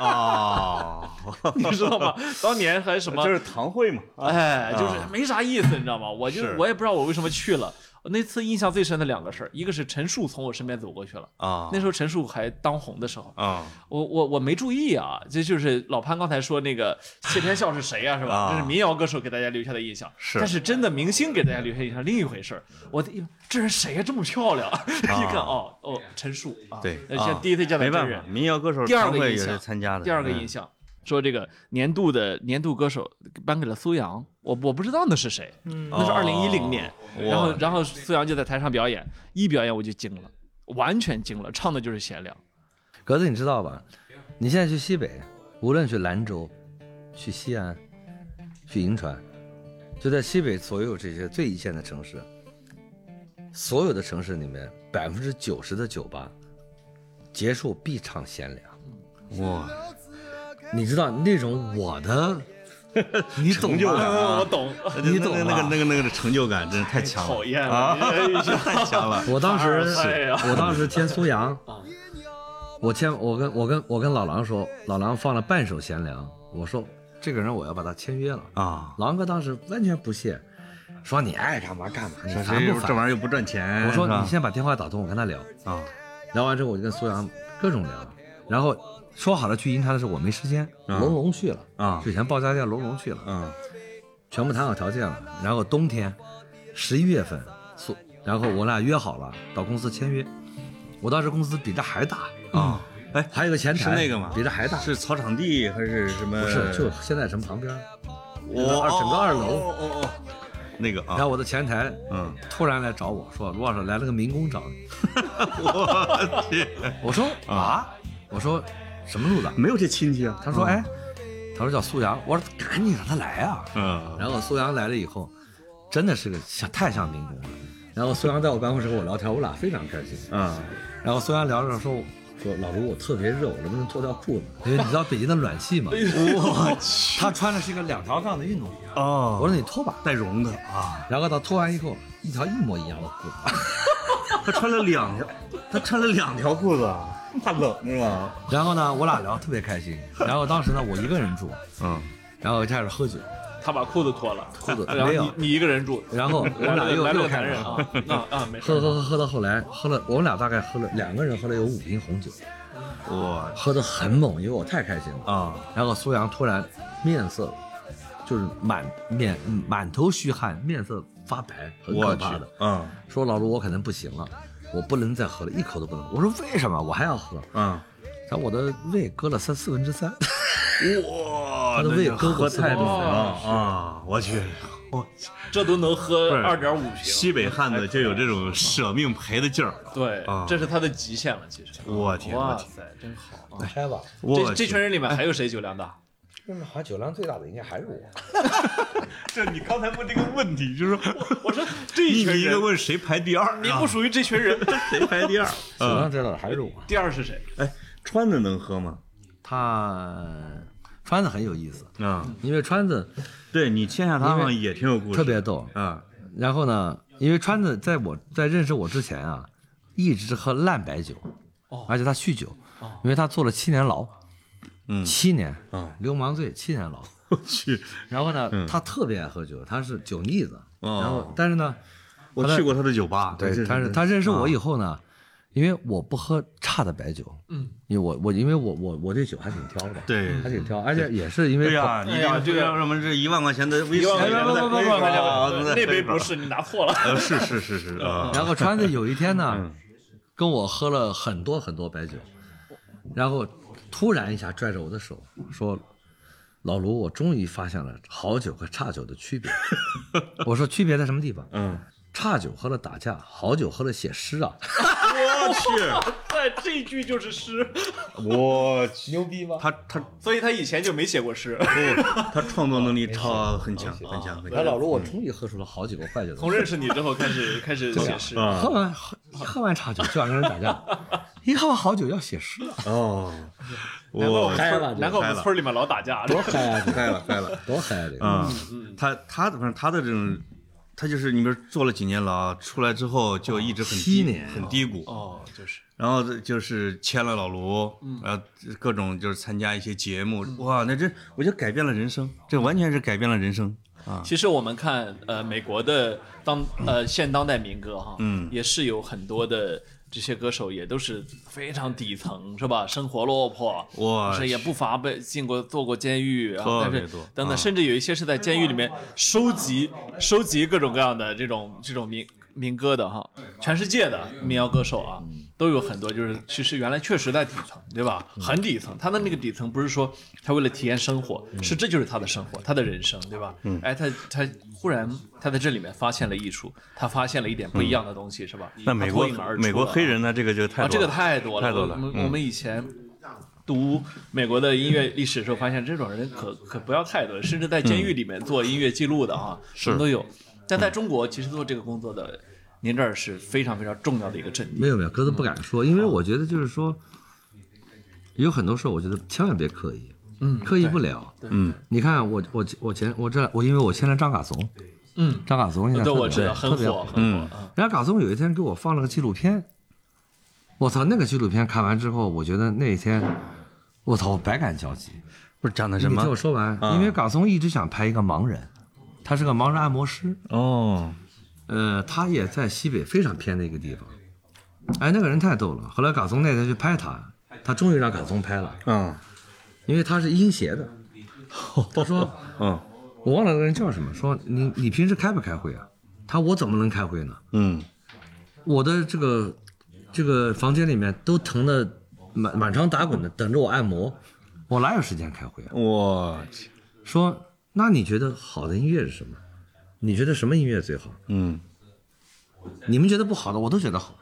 Speaker 2: 哦，
Speaker 1: 你知道吗？当年还什么
Speaker 2: 这是堂会嘛，
Speaker 1: 哎，就是
Speaker 2: 啊
Speaker 1: 没啥意思，你知道吗？我就是我也不知道我为什么去了。那次印象最深的两个事儿，一个是陈数从我身边走过去了，
Speaker 2: 啊
Speaker 1: 那时候陈数还当红的时候，
Speaker 2: 啊，
Speaker 1: 我我我没注意啊，这就是老潘刚才说那个谢天笑是谁呀、是吧？
Speaker 2: 啊
Speaker 1: 这是民谣歌手给大家留下的印象，
Speaker 2: 是
Speaker 1: 但是真的明星给大家留下印象另一回事儿。我的一这人谁呀、这么漂亮？ 一看哦哦，陈数啊，
Speaker 2: 啊对
Speaker 1: 呃
Speaker 2: 啊
Speaker 1: 像第一次见到
Speaker 2: 没
Speaker 1: 真
Speaker 2: 办法，嗯
Speaker 1: 人，
Speaker 2: 民谣歌手
Speaker 1: 第二
Speaker 2: 堂
Speaker 1: 个
Speaker 2: 会
Speaker 1: 印
Speaker 2: 也
Speaker 1: 象
Speaker 2: 是参加的，哎
Speaker 1: 第二个印象，说这个年度的年度歌手颁给了苏阳，我我不知道那是谁，那是
Speaker 2: 哦
Speaker 1: 二零一零年，
Speaker 2: 哇
Speaker 1: 然后然后苏阳就在台上表演，一表演我就惊了，完全惊了，唱的就是贤良，
Speaker 3: 格子，你知道吧？你现在去西北，无论去兰州、去西安、去银川，就在西北所有这些最一线的城市，所有的城市里面，百分之九十的酒吧结束必唱贤良。
Speaker 2: 象，哇，
Speaker 3: 你知道那种我的，你懂吗？
Speaker 1: 我懂。
Speaker 3: 你懂
Speaker 2: 那个
Speaker 3: 吧
Speaker 2: 那个那个的成就感真是 太强了，
Speaker 1: 讨厌了
Speaker 2: 啊
Speaker 1: 哎呀，
Speaker 2: 太强了，
Speaker 3: 我当时
Speaker 1: 凡尔赛呀，
Speaker 3: 我当时见苏阳，我签，我跟我跟我跟老狼说，老狼放了半首贤良，我说这个人我要把他签约了。
Speaker 2: 啊，
Speaker 3: 狼哥当时完全不屑，说你爱干嘛干嘛，你
Speaker 2: 这
Speaker 3: 烦不
Speaker 2: 这
Speaker 3: 烦？
Speaker 2: 玩意儿又不赚钱，
Speaker 3: 我说
Speaker 2: 是吧
Speaker 3: 你先把电话打通，我跟他聊。
Speaker 2: 啊，
Speaker 3: 聊完之后，我就跟苏阳各种聊，然后说好了去银川的时候我没时间，
Speaker 2: 嗯
Speaker 3: 龙龙去了
Speaker 2: 啊
Speaker 3: 之前报价叫龙龙去了，
Speaker 2: 嗯
Speaker 3: 全部谈好条件了。然后冬天十一月份，苏，然后我俩约好了到公司签约。我当时公司比这还大，
Speaker 1: 嗯
Speaker 2: 啊，哎，
Speaker 3: 还有个前台
Speaker 2: 是那个吗？
Speaker 3: 比这还大，
Speaker 2: 是草场地还啊是什么？
Speaker 3: 不是就现在什么旁边？
Speaker 2: 我
Speaker 3: 二整个二楼
Speaker 2: 哦哦哦，那个
Speaker 3: 然后
Speaker 2: 啊，
Speaker 3: 我的前台
Speaker 2: 嗯，
Speaker 3: 突然来找我说：“卢老师来了个民工找你。
Speaker 2: 我去，”
Speaker 3: 我说：“
Speaker 2: 啊
Speaker 3: 啊？”我说：“什么路子啊
Speaker 2: 没有这亲戚啊？”
Speaker 3: 他说：“哎，他说叫苏阳。”我说：“赶紧让他来啊！”
Speaker 2: 嗯，
Speaker 3: 然后苏阳来了以后，真的是个像太像民工了。然后苏阳在我办公室跟我聊天，我俩非常开心。
Speaker 2: 嗯
Speaker 3: 然后苏阳聊着说说老卢我特别热，我能不能脱掉裤子？因为你知道北京的暖气嘛。
Speaker 2: 我去，
Speaker 3: 他穿的是一个两条杠的运动服。
Speaker 2: 哦
Speaker 3: 我说你脱吧。
Speaker 2: 带绒的啊，
Speaker 3: 然后他脱完以后，一条一模一样的裤子。
Speaker 2: 他穿了两条，他穿了两条裤子啊，怕冷是吧？
Speaker 3: 然后呢，我俩聊得特别开心。然后当时呢，我一个人住，
Speaker 2: 嗯，
Speaker 3: 然后开 始喝酒，
Speaker 1: 他把裤子脱了，
Speaker 3: 裤子
Speaker 1: 然后
Speaker 3: 没有
Speaker 1: 你你一个人住，
Speaker 3: 然后 我
Speaker 1: 来
Speaker 3: 俩
Speaker 1: 了
Speaker 3: 又
Speaker 1: 来了
Speaker 3: 又
Speaker 1: 个
Speaker 3: 开
Speaker 1: 男
Speaker 3: 始
Speaker 1: 人啊
Speaker 3: 喝，
Speaker 1: 啊啊，没事
Speaker 3: 喝喝喝喝到后来，喝了我们俩大概喝了两个人喝了有五瓶红酒，
Speaker 2: 我
Speaker 3: 喝得很猛，因为我太开心了。
Speaker 2: 啊，
Speaker 3: 然后苏阳突然面色就是满面满头虚汗，面色发白，很可
Speaker 2: 我去
Speaker 3: 怕的。，
Speaker 2: 嗯
Speaker 3: 说老卢，我可能不行了，我不能再喝了，一口都不能。我说为什么？我还要喝。
Speaker 2: 嗯，
Speaker 3: 然后我的胃割了三四分之三，
Speaker 2: 嗯哇，
Speaker 1: 啊
Speaker 3: 他的胃割过
Speaker 2: 喝
Speaker 3: 四分
Speaker 2: 太
Speaker 3: 之
Speaker 2: 猛了
Speaker 3: 三。
Speaker 2: 啊！我去，我去
Speaker 1: 这都能喝
Speaker 2: 不是
Speaker 1: 二点五瓶，哎
Speaker 2: 西北汉子就有这种舍命陪的劲儿。
Speaker 1: 对
Speaker 2: 啊，
Speaker 1: 这是他的极限了，其实。
Speaker 2: 我天
Speaker 1: 哇
Speaker 2: 我天
Speaker 1: 塞，真好啊！
Speaker 3: 开吧，
Speaker 1: 这
Speaker 2: 我
Speaker 1: 这
Speaker 2: 去
Speaker 1: 群人里面还有谁酒量大？
Speaker 3: 嗯好像酒量最大的应该还是我。
Speaker 2: 这你刚才问这个问题，就是说
Speaker 1: 我说这一
Speaker 2: 一
Speaker 1: 群
Speaker 2: 个一个
Speaker 1: 人，
Speaker 2: 问谁排第二，啊
Speaker 1: 你不
Speaker 2: 说
Speaker 1: 属于这群 人。
Speaker 2: 谁排第二？
Speaker 3: 酒
Speaker 2: 嗯，
Speaker 3: 量最大的还是我。
Speaker 1: 第二是谁？
Speaker 2: 哎，川子能喝吗？
Speaker 3: 他川子很有意思，
Speaker 2: 啊，
Speaker 3: 因为川子
Speaker 2: 对你签下他好像也挺有故事，
Speaker 3: 特别逗。
Speaker 2: 啊，
Speaker 3: 然后呢，因为川子在我在认识我之前啊，一直喝烂白酒，
Speaker 1: 哦
Speaker 3: 而且他酗酒，因为他坐了七年牢，
Speaker 2: 哦嗯
Speaker 3: 七年
Speaker 2: 啊
Speaker 3: 流氓罪七年牢。
Speaker 2: 我去，
Speaker 3: 然后呢，他特别爱喝酒，他是酒腻子。
Speaker 2: 哦
Speaker 3: 然后，但是呢，
Speaker 2: 我去过他的酒吧，这啊
Speaker 3: 但是啊他认识我以后呢，因为我不喝差的白酒，
Speaker 1: 嗯，
Speaker 3: 因为我我因为我我我对酒还挺挑的，
Speaker 2: 对
Speaker 3: 还挺挑，而且也是因为
Speaker 2: 对呀，你
Speaker 1: 哎呀
Speaker 2: 这
Speaker 1: 这
Speaker 2: 个
Speaker 1: 个
Speaker 2: 让我们这一万块钱的威士忌，
Speaker 1: 一万块钱
Speaker 2: 不
Speaker 1: 不不不不不
Speaker 2: 啊不
Speaker 1: 那杯不，是，你拿错了。
Speaker 2: 呃，是是是是啊，
Speaker 3: 然后川子有一天呢，跟我喝了很多很多白酒，然后突然一下拽着我的手说：“老卢，我终于发现了好酒和差酒的区 别。”我说：“区别在什么地方？
Speaker 2: 嗯，
Speaker 3: 差酒喝了打架，好酒喝了写诗啊！
Speaker 2: 我去，
Speaker 1: 对，哎这一句就是诗，
Speaker 2: 我去，
Speaker 3: 牛逼吗
Speaker 2: 他他
Speaker 1: 所以他以前就没写过诗，
Speaker 2: 不，他创作能力超很
Speaker 3: 哦
Speaker 2: 强，很强，很
Speaker 3: 来，哎老
Speaker 2: 强。
Speaker 3: 卢，我终于喝出了好酒和坏酒的
Speaker 1: 从
Speaker 3: 区别。
Speaker 1: 认识你之后开始开始写诗。
Speaker 2: 啊
Speaker 3: 喝完喝喝完差酒就想跟人打 架，一喝完好酒要写诗啊！
Speaker 2: 哦，
Speaker 1: 难怪我
Speaker 2: 我
Speaker 1: 们
Speaker 3: 嗨了
Speaker 1: 村，难怪我
Speaker 2: 嗨
Speaker 1: 们
Speaker 2: 了
Speaker 1: 村里面老打架。
Speaker 3: 多嗨啊！这个
Speaker 2: 嗨了嗨了
Speaker 3: 多嗨啊！
Speaker 1: 嗯
Speaker 3: 这个
Speaker 2: 啊，他他反正他的这种，他就是你比如坐了几年牢，出来之后就一直很
Speaker 3: 七
Speaker 2: 低
Speaker 3: 年啊
Speaker 2: 很低谷，
Speaker 1: 哦，就是
Speaker 2: 然后这就是签了老卢，
Speaker 1: 嗯
Speaker 2: 然后各种就是参加一些节目，哇，那这我觉得改变了人生，这完全是改变了人生啊！
Speaker 1: 其实我们看呃美国的当呃现当代民歌哈，
Speaker 2: 嗯
Speaker 1: 也是有很多的这些歌手也都是非常底层是吧？生活落魄，
Speaker 2: 哇
Speaker 1: 是也不乏被进过坐过监狱，然后
Speaker 2: 特
Speaker 1: 但
Speaker 2: 别
Speaker 1: 是
Speaker 2: 多
Speaker 1: 等
Speaker 2: 啊
Speaker 1: 等，甚至有一些是在监狱里面收集收集各种各样的这种这种民民歌的哈，全世界的民谣歌手啊。
Speaker 2: 嗯
Speaker 1: 都有很多，就是其实原来确实在底层，对吧？很底层，他的那个底层不是说他为了体验生活，
Speaker 2: 嗯
Speaker 1: 是这就是他的生活，他的人生，对吧？哎，他他忽然他在这里面发现了艺术，他发现了一点不一样的东西，是吧？
Speaker 2: 嗯那美国
Speaker 1: 他脱颖而出了
Speaker 2: 美国黑人呢，这个就太
Speaker 1: 啊，这
Speaker 2: 多
Speaker 1: 个
Speaker 2: 了
Speaker 1: 太多了，
Speaker 2: 太多了
Speaker 1: 我们我们以前读美国的音乐历史的时候，发现这种人可可不要太多，甚至在监狱里面做音乐记录的啊，什么都有。但在中国，其实做这个工作的，您这儿是非常非常重要的一个阵地。
Speaker 3: 没有没有，哥都不敢说，因为我觉得就是说，有很多事儿我觉得千万别刻意，嗯，刻意不了，嗯，你看我我我前我这我因为我签了张嘎怂，
Speaker 1: 嗯，
Speaker 3: 张嘎怂现在
Speaker 1: 对，
Speaker 3: 特别
Speaker 1: 我知道
Speaker 3: 特
Speaker 1: 很
Speaker 3: 别
Speaker 1: 火，
Speaker 3: 火，
Speaker 1: 很火。
Speaker 3: 然后嘎怂有一天给我放了个纪录片，我操，那个纪录片看完之后，我觉得那一天，我操，我百感交集。
Speaker 2: 不是讲的
Speaker 3: 你
Speaker 2: 啊什
Speaker 3: 听我
Speaker 2: 么？
Speaker 3: 说完，因为嘎松一直想拍一个盲人，他是个盲人按摩师，
Speaker 4: 哦，
Speaker 3: 呃，他也在西北非常偏的一个地方。哎，那个人太逗了。后来嘎松那天去拍他，他终于让嘎松拍了，
Speaker 4: 嗯
Speaker 3: 因为他是阴邪的。他说
Speaker 4: 嗯
Speaker 3: 我忘了那个人叫什么，说你你平时开不开会啊？他说我怎么能开会呢？
Speaker 4: 嗯，
Speaker 3: 我的这个这个房间里面都疼得满满床打滚的，等着我按摩，我哪有时间开会啊？
Speaker 4: 我去，
Speaker 3: 说那你觉得好的音乐是什么？你觉得什么音乐最好？
Speaker 4: 嗯，
Speaker 3: 你们觉得不好的，我都觉得好。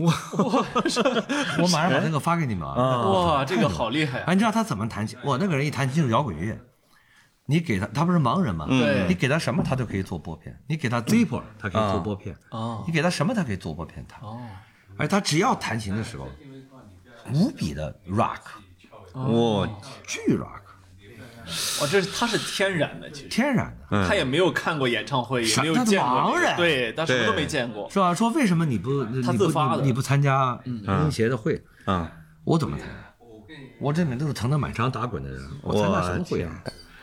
Speaker 3: 我我马上把那个发给你们啊！
Speaker 1: 哇，这个好厉害啊！
Speaker 3: 哎，你知道他怎么弹琴？哇，那个人一弹琴就是摇滚乐。你给他，他不是盲人吗？
Speaker 1: 对
Speaker 3: 你给他什么，他都可以做拨片。你给他 Zippo，他可以做拨片。
Speaker 1: 哦
Speaker 3: 你给他什么，他可以做拨片弹。
Speaker 1: 哦，
Speaker 3: 而他只要弹琴的时候，无比的 rock，
Speaker 4: 我去
Speaker 3: 巨 rock，
Speaker 1: 哦，这是他是天然的，其实
Speaker 3: 天然的，
Speaker 1: 他也没有看过演唱会，也没有
Speaker 3: 啥
Speaker 1: 见过
Speaker 3: 他是
Speaker 1: 那
Speaker 3: 盲
Speaker 1: 个
Speaker 3: 人
Speaker 1: 对，他什么都
Speaker 4: 对
Speaker 1: 没见过。
Speaker 3: 是吧？说为什么你不你
Speaker 1: 他
Speaker 3: 不
Speaker 1: 自发的嗯
Speaker 3: 你你不参加音协的会？
Speaker 2: 嗯
Speaker 4: 啊！
Speaker 3: 我怎么参加？我这里面都是疼得满床打滚的人，我参加什么会啊？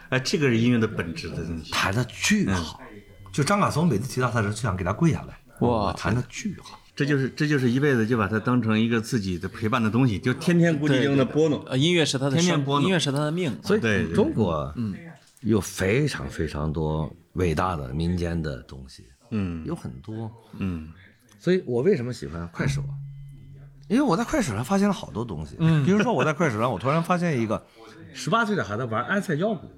Speaker 2: 哎，这个是音乐的本质的东西。
Speaker 3: 弹的巨好，
Speaker 2: 嗯
Speaker 3: 就张嘎松每次提到他的时候，就想给他跪下来。
Speaker 1: 哇
Speaker 3: 我弹的巨好，
Speaker 2: 这就是这就是一辈子就把它当成一个自己的陪伴的东西，就天天估计就在那拨弄。
Speaker 1: 呃，音乐是他的
Speaker 2: 天天
Speaker 1: 生
Speaker 2: 播弄
Speaker 1: 音乐是他的命，
Speaker 3: 所
Speaker 2: 对
Speaker 3: 以
Speaker 2: 对
Speaker 3: 中国
Speaker 1: 嗯
Speaker 3: 有非常非常多伟大的民间的东西，
Speaker 2: 嗯
Speaker 3: 有很多。
Speaker 2: 嗯，
Speaker 3: 所以我为什么喜欢快手啊？因为我在快手上发现了好多东西，比如说我在快手上，我突然发现一个嗯 十八岁的孩子玩安塞腰鼓，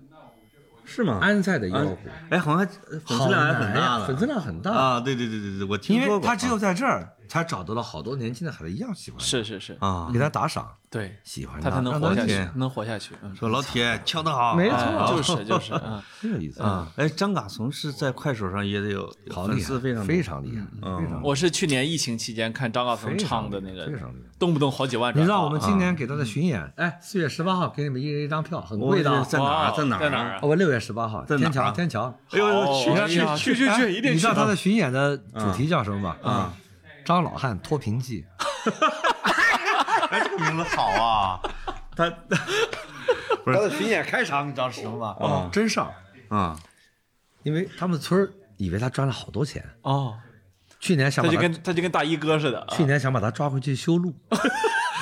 Speaker 2: 是吗？
Speaker 3: 安塞的腰鼓，
Speaker 2: 哎，好像粉丝
Speaker 3: 好
Speaker 2: 量还
Speaker 3: 难
Speaker 2: 很
Speaker 3: 呀
Speaker 2: 大的，
Speaker 3: 粉丝量很大，
Speaker 2: 啊！对对对对对，我听
Speaker 3: 因
Speaker 2: 说
Speaker 3: 为
Speaker 2: 过。
Speaker 3: 他只有在这儿才找到了好多年轻的孩子一样喜欢，
Speaker 1: 是是是，
Speaker 2: 啊，
Speaker 3: 给他打赏，
Speaker 1: 对，
Speaker 3: 喜欢
Speaker 1: 他才能活下
Speaker 3: 让
Speaker 1: 去
Speaker 2: 天，
Speaker 1: 能活下去， 嗯，
Speaker 2: 说老铁敲得好，
Speaker 3: 没错
Speaker 1: 哎就是就是， 嗯，
Speaker 3: 很有意思，
Speaker 2: 啊！哎，张嘎怂是在快手上也得有
Speaker 3: 好
Speaker 2: 粉
Speaker 3: 厉害
Speaker 2: 丝，非常
Speaker 3: 非
Speaker 2: 常
Speaker 3: 常厉害，
Speaker 2: 嗯
Speaker 3: 非常厉害
Speaker 1: 我是去年疫情期间看张嘎
Speaker 3: 非
Speaker 1: 峰
Speaker 3: 常
Speaker 1: 唱的那
Speaker 3: 厉害非
Speaker 1: 个，
Speaker 3: 常厉害。
Speaker 1: 动不动好几万转发。
Speaker 3: 你知道我们今年给他的巡演，哎，四月十八号给你们一人一张票，很贵的啊
Speaker 2: 我。在哪儿
Speaker 1: 哇
Speaker 2: 在哪儿
Speaker 1: 在哪儿啊
Speaker 3: 哦，我六月十八号，
Speaker 2: 在哪儿
Speaker 3: 天
Speaker 2: 啊
Speaker 3: 桥，天桥。
Speaker 2: 哎呦，
Speaker 1: 好
Speaker 2: 去
Speaker 1: 哎呀
Speaker 2: 去
Speaker 1: 去
Speaker 2: 去
Speaker 1: 去
Speaker 2: 去
Speaker 1: 嗯一定
Speaker 3: 你知道
Speaker 1: 去
Speaker 3: 他的巡演的主题叫什么吗？啊，张老汉脱贫记。
Speaker 2: 哎，这个名字好啊！他
Speaker 3: 他的巡演开场你知道是什么吗？
Speaker 2: 啊
Speaker 3: 真上，
Speaker 2: 啊，
Speaker 3: 因为他们村儿以为他赚了好多钱，
Speaker 1: 哦，
Speaker 3: 去年想
Speaker 1: 他
Speaker 3: 把
Speaker 1: 就
Speaker 3: 他
Speaker 1: 跟他就跟大衣哥似的，啊
Speaker 3: 去年想把他抓回去修 路。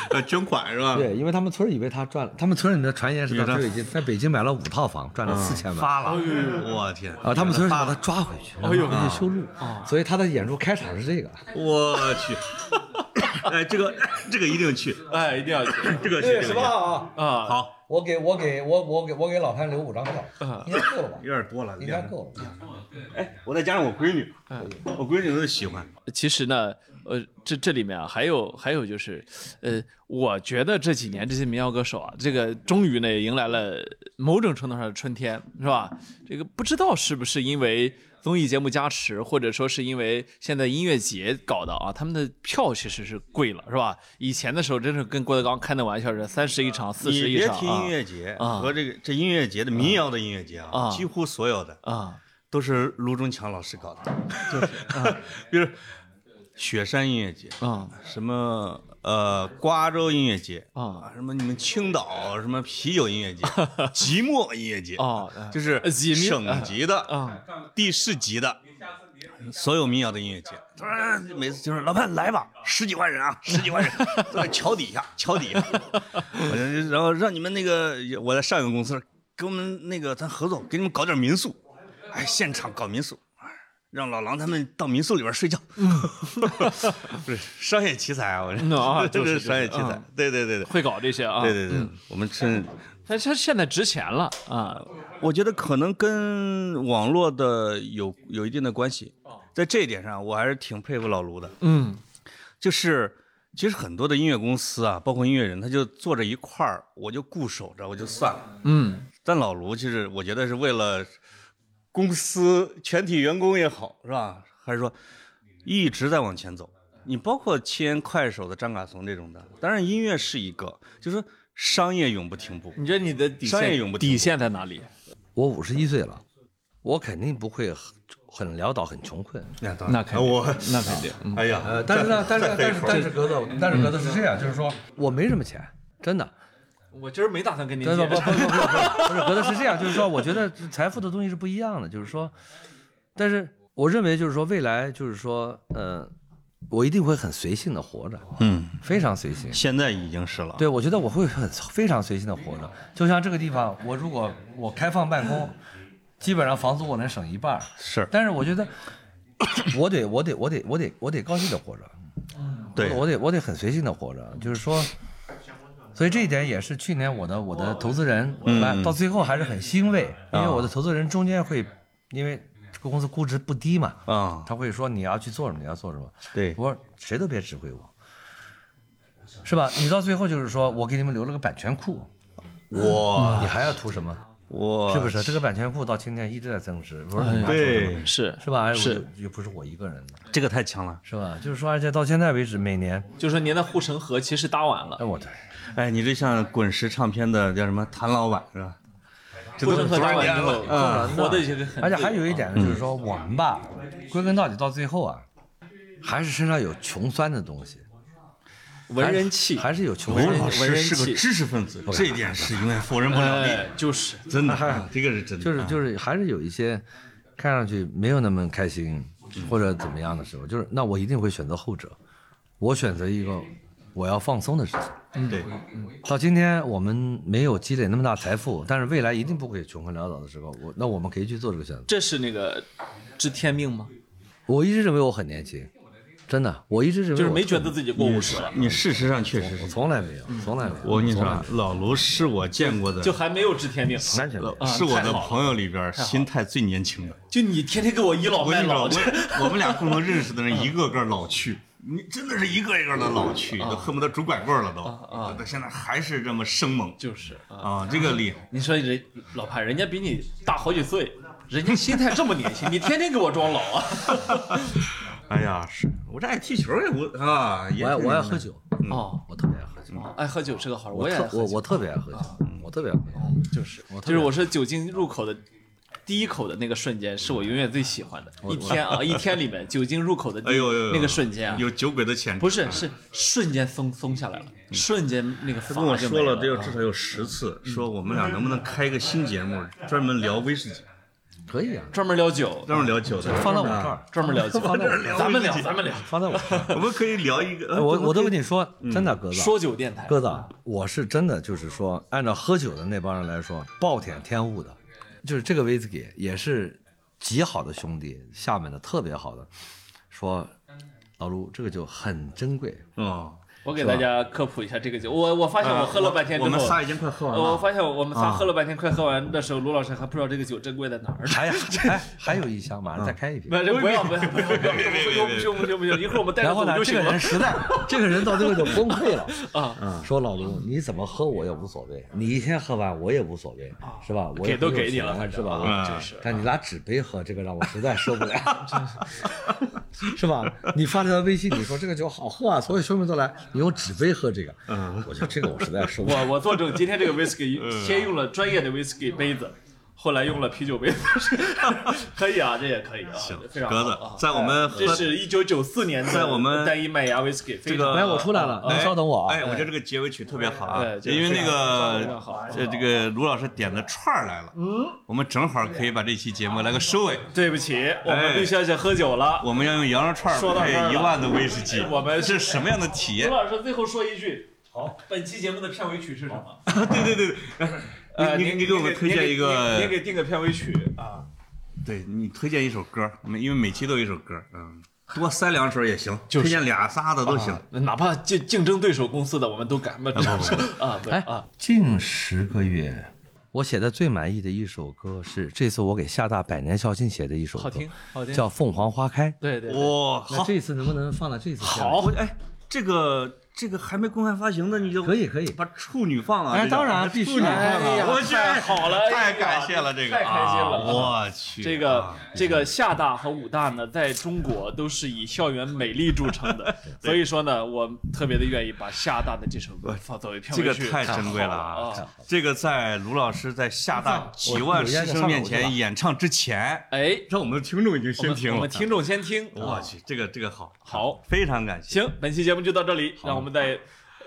Speaker 2: 呃，捐款是吧？
Speaker 3: 对，因为他们村儿以为他赚了，他们村里的传言是
Speaker 2: 以为
Speaker 3: 他
Speaker 2: 他
Speaker 3: 在北京在北京买了五套房，赚了
Speaker 1: 嗯
Speaker 3: 四千万。
Speaker 2: 发了，我天
Speaker 3: 啊，他们村儿是把他抓回去，
Speaker 1: 哎呦
Speaker 3: 让他回去修路，所以他的演出开场是这个。
Speaker 2: 我去，哎，这个这个一定去，
Speaker 1: 哎，一定要去
Speaker 2: 这个去，这个 去
Speaker 3: 啊？
Speaker 1: 啊！
Speaker 2: 好，
Speaker 3: 我给我给我我给我给老潘留五张票，
Speaker 1: 嗯
Speaker 3: 应该够了吧
Speaker 2: 有点多了，
Speaker 3: 够了吧。
Speaker 2: 哎我再加上我闺女，我闺女都喜欢，
Speaker 1: 其实呢，呃，这这里面啊，还有还有就是，呃，我觉得这几年这些民谣歌手啊，这个终于呢也迎来了某种程度上的春天，是吧？这个不知道是不是因为综艺节目加持，或者说是因为现在音乐节搞的啊，他们的票其实是贵了，是吧？以前的时候真是跟郭德纲开那玩笑似的，三十一场、四
Speaker 2: 你
Speaker 1: 十一
Speaker 2: 别
Speaker 1: 场
Speaker 2: 提音乐节
Speaker 1: 啊
Speaker 2: 和这个这音乐节的民谣的音乐节啊，
Speaker 1: 啊
Speaker 2: 几乎所有的
Speaker 1: 啊啊，
Speaker 2: 都是卢中强老师搞的， 就是，比如雪山音乐节，
Speaker 1: 嗯
Speaker 2: 什么呃瓜州音乐节
Speaker 1: 啊，
Speaker 2: 什么你们青岛什么啤酒音乐 节、即墨音乐节啊
Speaker 1: 哦哎
Speaker 2: 就是
Speaker 1: 呃即墨
Speaker 2: 省级的
Speaker 1: 啊
Speaker 2: 地市级的。所有民谣的音乐节，他说哎每次就是老潘来吧，十几万 人啊，十几万人都在桥底下，桥底下，我就然后让你们那个我在上一个公司给我们那个咱合作，给你们搞点民宿，哎，现场搞民宿，哎让老狼他们到民宿里边睡觉， 不是商业奇才啊，我
Speaker 1: 嗯啊
Speaker 2: 这这
Speaker 1: 就是是
Speaker 2: 商业奇
Speaker 1: 就是
Speaker 2: 才
Speaker 1: 嗯，
Speaker 2: 对对对对
Speaker 1: 会搞这些啊，
Speaker 2: 对对对，我们趁
Speaker 1: 但是他现在值钱了啊，
Speaker 2: 我觉得可能跟网络的有有一定的关系，
Speaker 1: 哦
Speaker 2: 在这一点上，我还是挺佩服老卢的。
Speaker 1: 嗯
Speaker 2: 就是其实很多的音乐公司啊，包括音乐人，他就坐着一块儿，我就固守着，我就算了。
Speaker 1: 嗯。
Speaker 2: 但老卢其实我觉得是为了公司全体员工也好，是吧？还是说一直在往前走？你包括签快手的张嘎怂这种的，当然音乐是一个，就是说商业永不停步。
Speaker 1: 你觉得你的底
Speaker 2: 商业
Speaker 1: 线
Speaker 2: 永不停步
Speaker 1: 底线在哪里？
Speaker 3: 我五十一岁了，我肯定不会很潦倒、很穷困。
Speaker 2: 那当
Speaker 4: 那肯定
Speaker 5: 我
Speaker 4: 那肯定，嗯
Speaker 5: 哎呀，
Speaker 3: 呃，但是呢，但是但是但是格子，但是格子是这样，就是说我没什么钱，真的，
Speaker 1: 我今儿没打算跟您
Speaker 3: 不不不
Speaker 1: 解
Speaker 3: 不不不不是格子是这样，就是说我觉得财富的东西是不一样的，就是说，但是我认为就是说未来就是说，呃，我一定会很随性的活着，
Speaker 2: 嗯，
Speaker 3: 非常随性。
Speaker 2: 现在已经是了。
Speaker 3: 对，我觉得我会很非常随心的活着。就像这个地方，我如果我开放办公，基本上房租我能省一半儿。
Speaker 2: 是，
Speaker 3: 但是我觉得我得我得我得我得我得高兴的活着，
Speaker 2: 对，
Speaker 3: 我得我得很随性的活着，就是说。所以这一点也是去年我的我的投资人，来到最后还是很欣慰，因为我的投资人中间会，因为这个公司估值不低嘛，
Speaker 2: 啊，
Speaker 3: 他会说你要去做什么，你要做什么。
Speaker 2: 对，
Speaker 3: 我说谁都别指挥我，是吧？你到最后就是说我给你们留了个版权库，
Speaker 5: 我
Speaker 3: 你还要图什么？
Speaker 2: 我
Speaker 3: 嗯是不是？这个版权库到今天一直在增值，不是很难说的
Speaker 5: 对
Speaker 3: 嘛，
Speaker 1: 是
Speaker 3: 是吧？哎我
Speaker 1: 是
Speaker 3: 就又不是我一个人的，
Speaker 2: 这个太强了？
Speaker 3: 是吧？就是说，而且到现在为止，每年，
Speaker 1: 就是说您的护城河其实搭完了
Speaker 3: 哎，，我对，
Speaker 2: 哎，你这像滚石唱片的叫什么谭老板是吧？这
Speaker 1: 护
Speaker 2: 都
Speaker 1: 城河
Speaker 2: 多
Speaker 1: 搭
Speaker 2: 少
Speaker 1: 完
Speaker 2: 年
Speaker 1: 之后
Speaker 2: 了？啊，
Speaker 1: 活的这个很，
Speaker 3: 嗯而且还有一点呢，就是说我们吧，归根到底到最后啊，还是身上有穷酸的东西，
Speaker 1: 文人气，
Speaker 3: 还是有穷
Speaker 2: 吴
Speaker 3: 酸。
Speaker 2: 老
Speaker 1: 文
Speaker 2: 师
Speaker 1: 人
Speaker 2: 是
Speaker 1: 气
Speaker 2: 个知识分子，这一点是永远否认不了
Speaker 1: 哎
Speaker 2: 的，，
Speaker 1: 就是
Speaker 2: 真 的，啊这个是真的，
Speaker 3: 就是就是还是有一些看上去没有那么开心或者怎么样的时候，就是那我一定会选择后者，我选择一个我要放松的事情。
Speaker 2: 是对，
Speaker 3: 到今天我们没有积累那么大财富，但是未来一定不会穷困潦倒的时候，我那我们可以去做这个选择。
Speaker 1: 这是那个知天命吗？
Speaker 3: 我一直认为我很年轻，真的，我一直认为
Speaker 1: 就是
Speaker 3: 我
Speaker 1: 没觉得自己过五十了，
Speaker 2: 你事实上确实
Speaker 3: 我
Speaker 2: 是。
Speaker 3: 从来没有，从来没有。
Speaker 2: 我跟你说
Speaker 3: 从来没
Speaker 2: 啊，啊老卢是我见过的，
Speaker 1: 就还没有知天命。
Speaker 3: 有，完全没有。
Speaker 2: 是我的朋友里边心态最年轻的。
Speaker 1: 就你天天给我倚老
Speaker 2: 我
Speaker 1: 卖
Speaker 2: 跟你
Speaker 1: 老
Speaker 2: 说，， 我我们俩共同认识的人，一个个老去，你真的是一个一个的老去，都恨不得拄拐棍了都。啊，到现在还是这么生猛
Speaker 1: 就是啊。
Speaker 2: 啊，这个厉害。
Speaker 1: 你说人老潘，人家比你大好几岁，人家心态这么年 轻，你天天给我装老啊！
Speaker 2: 哎呀，是我这爱踢球也我啊，也
Speaker 3: 我爱呃我爱喝酒，
Speaker 1: 哦，
Speaker 3: 我特别爱喝酒，
Speaker 1: 哦爱喝酒是个好人，
Speaker 3: 嗯我
Speaker 1: 也爱
Speaker 3: 特
Speaker 1: 喝
Speaker 3: 我
Speaker 1: 酒
Speaker 3: 我特别爱喝酒，啊嗯哦我特别爱喝酒。
Speaker 1: 就是
Speaker 3: 我
Speaker 1: 就
Speaker 3: 特别
Speaker 1: 是我说酒精入口的第一口的那个瞬间，是我永远最喜欢的。一天啊，一天里面酒精入口的第
Speaker 2: 哎呦呦呦
Speaker 1: 那个瞬间啊，
Speaker 2: 有酒鬼的潜质。
Speaker 1: 不是是瞬间松松下来了，瞬间那个
Speaker 2: 他跟我
Speaker 1: 阀就没
Speaker 2: 说了，得有
Speaker 1: 啊
Speaker 2: 至少有十次，
Speaker 3: 嗯
Speaker 2: 说我们俩能不能开一个新节目，专门聊威士忌，
Speaker 3: 可以啊，
Speaker 1: 专门聊酒，
Speaker 2: 专门聊酒的。啊
Speaker 3: 放到我这儿，
Speaker 1: 专门聊酒，
Speaker 3: 放到我
Speaker 1: 咱们聊咱们聊
Speaker 3: 放 在我这儿。
Speaker 2: 我们可以聊一个。
Speaker 3: 哎
Speaker 2: 呃
Speaker 3: 我我都跟你说，真的，鸽子啊，
Speaker 1: 说酒电台，
Speaker 3: 鸽子啊，我是真的就是说，按照喝酒的那帮人来说，暴殄天物的，就是这个威士忌也是极好的兄弟，厦门的特别好的，说老卢这个酒很珍贵，
Speaker 2: 哦，
Speaker 1: 我给大家科普一下这个酒。我我发现我喝了半天
Speaker 2: 我
Speaker 1: 之
Speaker 2: 们
Speaker 1: 后
Speaker 2: 仨。已经快喝完
Speaker 1: 我
Speaker 2: 了。
Speaker 1: 发现我们仨喝了半天，快喝完的时候，卢老师还不知道这个酒珍贵在哪儿。
Speaker 3: 还还还有一箱，马上再开一瓶
Speaker 1: 不。要不要不要不要！不行不行不行！一会儿我们带着
Speaker 3: 然后
Speaker 1: 走
Speaker 3: 呢，
Speaker 1: 就
Speaker 3: 这
Speaker 1: 行
Speaker 3: 个人
Speaker 1: 了。
Speaker 3: 实在，这个人到最后就崩溃了嗯
Speaker 1: 啊
Speaker 3: 说老卢，你怎么喝我也无所谓，你一天喝完我也无所谓，是吧？我也
Speaker 1: 啊给都
Speaker 3: 很有
Speaker 1: 给你
Speaker 3: 钱
Speaker 1: 了反
Speaker 3: 是
Speaker 1: 正
Speaker 3: 吧？
Speaker 1: 啊
Speaker 3: 我
Speaker 2: 嗯，
Speaker 3: 但你拿纸杯喝这个让我实在受 不了，是吧？你发这条微信，你说这个酒好喝啊，所有兄弟都来，你用纸杯喝这个，我觉得这个我实在受不了。
Speaker 1: 嗯我我作证，今天这个 whisky
Speaker 2: 嗯
Speaker 1: 先用了专业的 whisky 杯子，后来用了啤酒杯子， 可以啊，这也可以啊，
Speaker 2: 行
Speaker 1: 非常好
Speaker 2: 格子
Speaker 1: 啊。
Speaker 2: 在我们喝
Speaker 1: 这是一九九四年的
Speaker 2: 在我们
Speaker 1: 单一麦芽 whisky，这
Speaker 2: 这个
Speaker 3: 哎，我出来了，
Speaker 2: 哎
Speaker 3: 您稍等我啊
Speaker 2: 哎，。我觉得这个结尾曲特别好啊
Speaker 1: 哎，这个
Speaker 2: 因为那
Speaker 1: 非常
Speaker 2: 个
Speaker 1: 好非常好
Speaker 2: 这这个卢老师点的串儿来了，
Speaker 3: 嗯
Speaker 2: 我们正好可以把这期节目来个收尾。
Speaker 1: 对不起，我们绿小姐喝酒了。
Speaker 2: 哎我们要用羊肉串
Speaker 1: 说
Speaker 2: 儿
Speaker 1: 到
Speaker 2: 配
Speaker 1: 这儿了
Speaker 2: 一万的威士忌，
Speaker 1: 我们
Speaker 2: 是什么样的体验
Speaker 1: 卢？老师最后说一句，好，本期节目的片尾曲是什么？
Speaker 2: 对对对，
Speaker 1: 呃，
Speaker 2: 你你你给我们推荐一
Speaker 1: 您您
Speaker 2: 个，
Speaker 1: 给定个片尾曲啊。
Speaker 2: 对你推荐一首歌，我们因为每期都有一首歌，嗯，多塞两首也行，推荐俩仨的都行。
Speaker 1: 哪怕竞竞争对手公司的，我们都敢嘛？ 啊，对
Speaker 3: 哎
Speaker 1: 啊，
Speaker 3: 近十个月，我写的最满意的一首歌是这次我给厦大百年校庆写的一首歌，
Speaker 1: 好听好听
Speaker 3: 叫《凤凰花开》。
Speaker 1: 对对，对
Speaker 2: 哇，
Speaker 3: 那
Speaker 2: 好，
Speaker 3: 这次能不能放到这次？
Speaker 1: 好，
Speaker 2: 哎，这个这个还没公开发行的，你就
Speaker 3: 可以可以
Speaker 2: 把处女放了。
Speaker 3: 哎
Speaker 2: 这种
Speaker 3: 当然必须
Speaker 2: 处女放
Speaker 3: 哎
Speaker 2: 了。
Speaker 1: 呀
Speaker 2: 我去，
Speaker 1: 太好了哎
Speaker 2: 太
Speaker 1: 呀
Speaker 2: 感谢了这个，
Speaker 1: 太开心了
Speaker 2: 啊我去，
Speaker 1: 这个这个厦大和武大呢，在中国都是以校园美丽著称的， 所以说呢，我特别的愿意把厦大的这首歌放作为片
Speaker 2: 这
Speaker 1: 尾
Speaker 2: 个
Speaker 1: 曲。
Speaker 2: 太珍贵了
Speaker 1: 啊！
Speaker 2: 啊！这个在卢老师在厦大几万师生面前演唱之前，
Speaker 1: 哎，
Speaker 2: 让我们的听众已
Speaker 1: 我
Speaker 2: 经
Speaker 1: 们
Speaker 2: 先听
Speaker 1: 我
Speaker 2: 了
Speaker 1: 们。听众先听。
Speaker 2: 我去，这个这个好，
Speaker 1: 好，
Speaker 2: 非常感谢。
Speaker 1: 行，本期节目就到这里，让我们在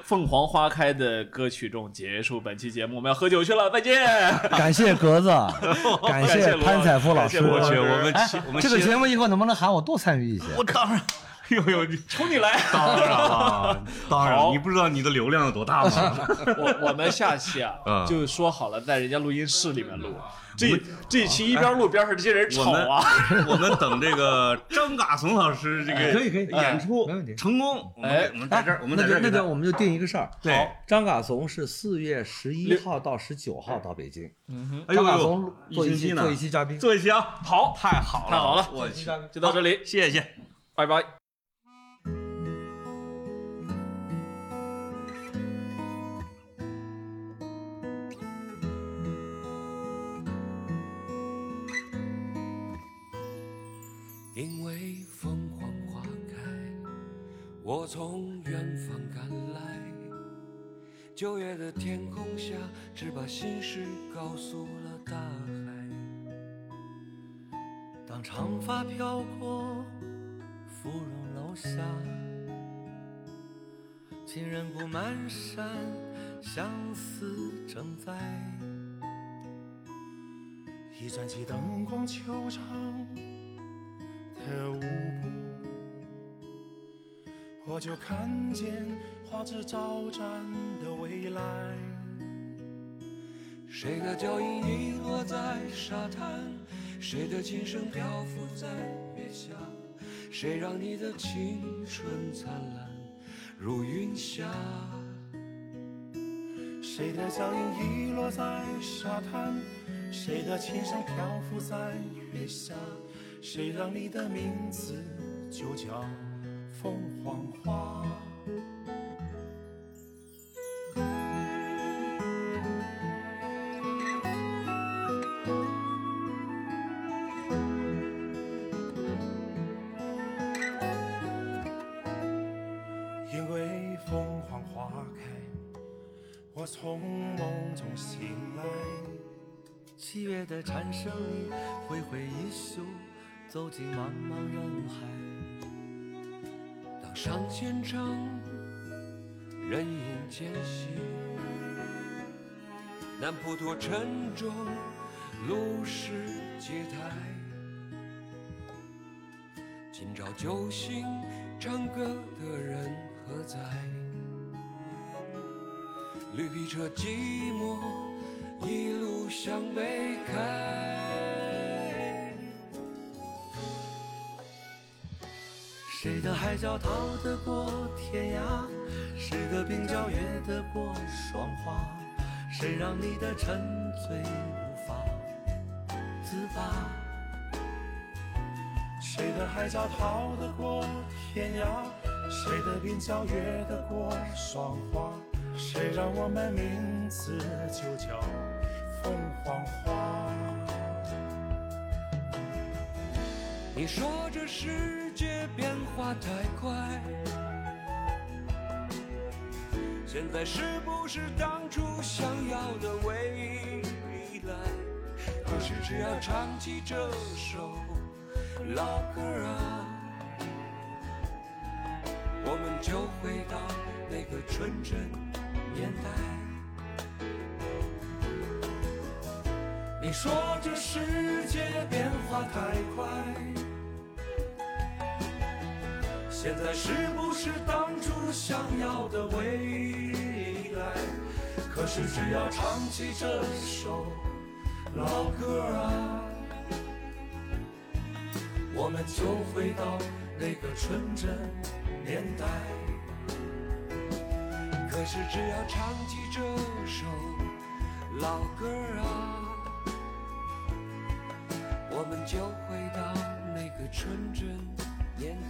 Speaker 1: 凤凰花开的歌曲中结束本期节目。我们要喝酒去了，再见。
Speaker 3: 感谢格子，感
Speaker 1: 感谢
Speaker 3: 谢
Speaker 1: 罗
Speaker 3: 潘采夫老
Speaker 1: 感谢
Speaker 3: 师。
Speaker 1: 罗
Speaker 2: 我去，
Speaker 1: 老师
Speaker 2: 我们期我们
Speaker 3: 这个
Speaker 2: 期
Speaker 3: 节目以后能不能喊我多参与一些？
Speaker 2: 我当 然，哎呦呦，你
Speaker 1: 冲你来！
Speaker 2: 当然了， 当然
Speaker 1: 好
Speaker 2: 了，你不知道你的流量有多大吗？
Speaker 1: 我我们下期啊
Speaker 2: 嗯，
Speaker 1: 就说好了，在人家录音室里面录。这这一期一边录边和这些人吵啊！
Speaker 2: 我们等这个张嘎怂老师这个
Speaker 3: 哎可以可以
Speaker 2: 演出
Speaker 3: 没问题
Speaker 2: 成功，我
Speaker 1: 哎
Speaker 2: 们我们哎在这儿，我们在
Speaker 3: 那
Speaker 2: 这
Speaker 3: 就
Speaker 2: 儿
Speaker 3: 那
Speaker 2: 给
Speaker 3: 就
Speaker 2: 他
Speaker 3: 我们就定一个事儿。
Speaker 2: 对
Speaker 3: 好张嘎怂是四月十一号到十九号到北京，
Speaker 2: 哎呦
Speaker 3: 张嘎
Speaker 2: 呦
Speaker 3: 怂，做一
Speaker 2: 星期
Speaker 3: 期
Speaker 2: 呢
Speaker 3: 做一期嘉宾，
Speaker 2: 做一期啊，
Speaker 1: 好，
Speaker 2: 太好了，
Speaker 1: 太好了
Speaker 2: 我
Speaker 3: 期
Speaker 2: 去，
Speaker 3: 嘉宾
Speaker 1: 就到这里，
Speaker 2: 谢谢。
Speaker 1: 拜拜。
Speaker 5: 因为凤凰花开，我从远方赶来。九月的天空下，只把心事告诉了大海。当长发飘过芙蓉楼下，情人顾漫山，相思正在。
Speaker 6: 一盏起灯光球场的舞步，我就看见花枝招展的未来。
Speaker 5: 谁的脚印遗落在沙滩？谁的琴声漂浮在月下？谁让你的青春灿烂如云霞？
Speaker 6: 谁的脚印遗落在沙滩？谁的琴声漂浮在月下？谁让你的名字就叫凤凰花？因为凤凰花开。我从梦中醒来，
Speaker 5: 七月的蝉声里，挥挥衣袖，走进茫茫人海。当上千丈人影渐稀，南普陀沉重，路是街台。今朝酒醒，唱歌的人何在？绿皮车寂寞，一路向北开。谁的海角逃得过天涯？谁的鬓角越得过霜花？谁让你的沉醉无法自拔？
Speaker 6: 谁的海角逃得过天涯？谁的鬓角越得过霜花？谁让我们名字就叫凤凰花？
Speaker 5: 你说这世界变化太快，现在是不是当初想要的未来？可是只要唱起这首老歌啊，我们就回到那个纯真年代。你说这世界变化太快，现在是不是当初想要的未来？可是只要唱起这首老歌啊，我们就回到那个纯真年代。可是只要唱起这首老歌啊。我们就回到那个纯真年代。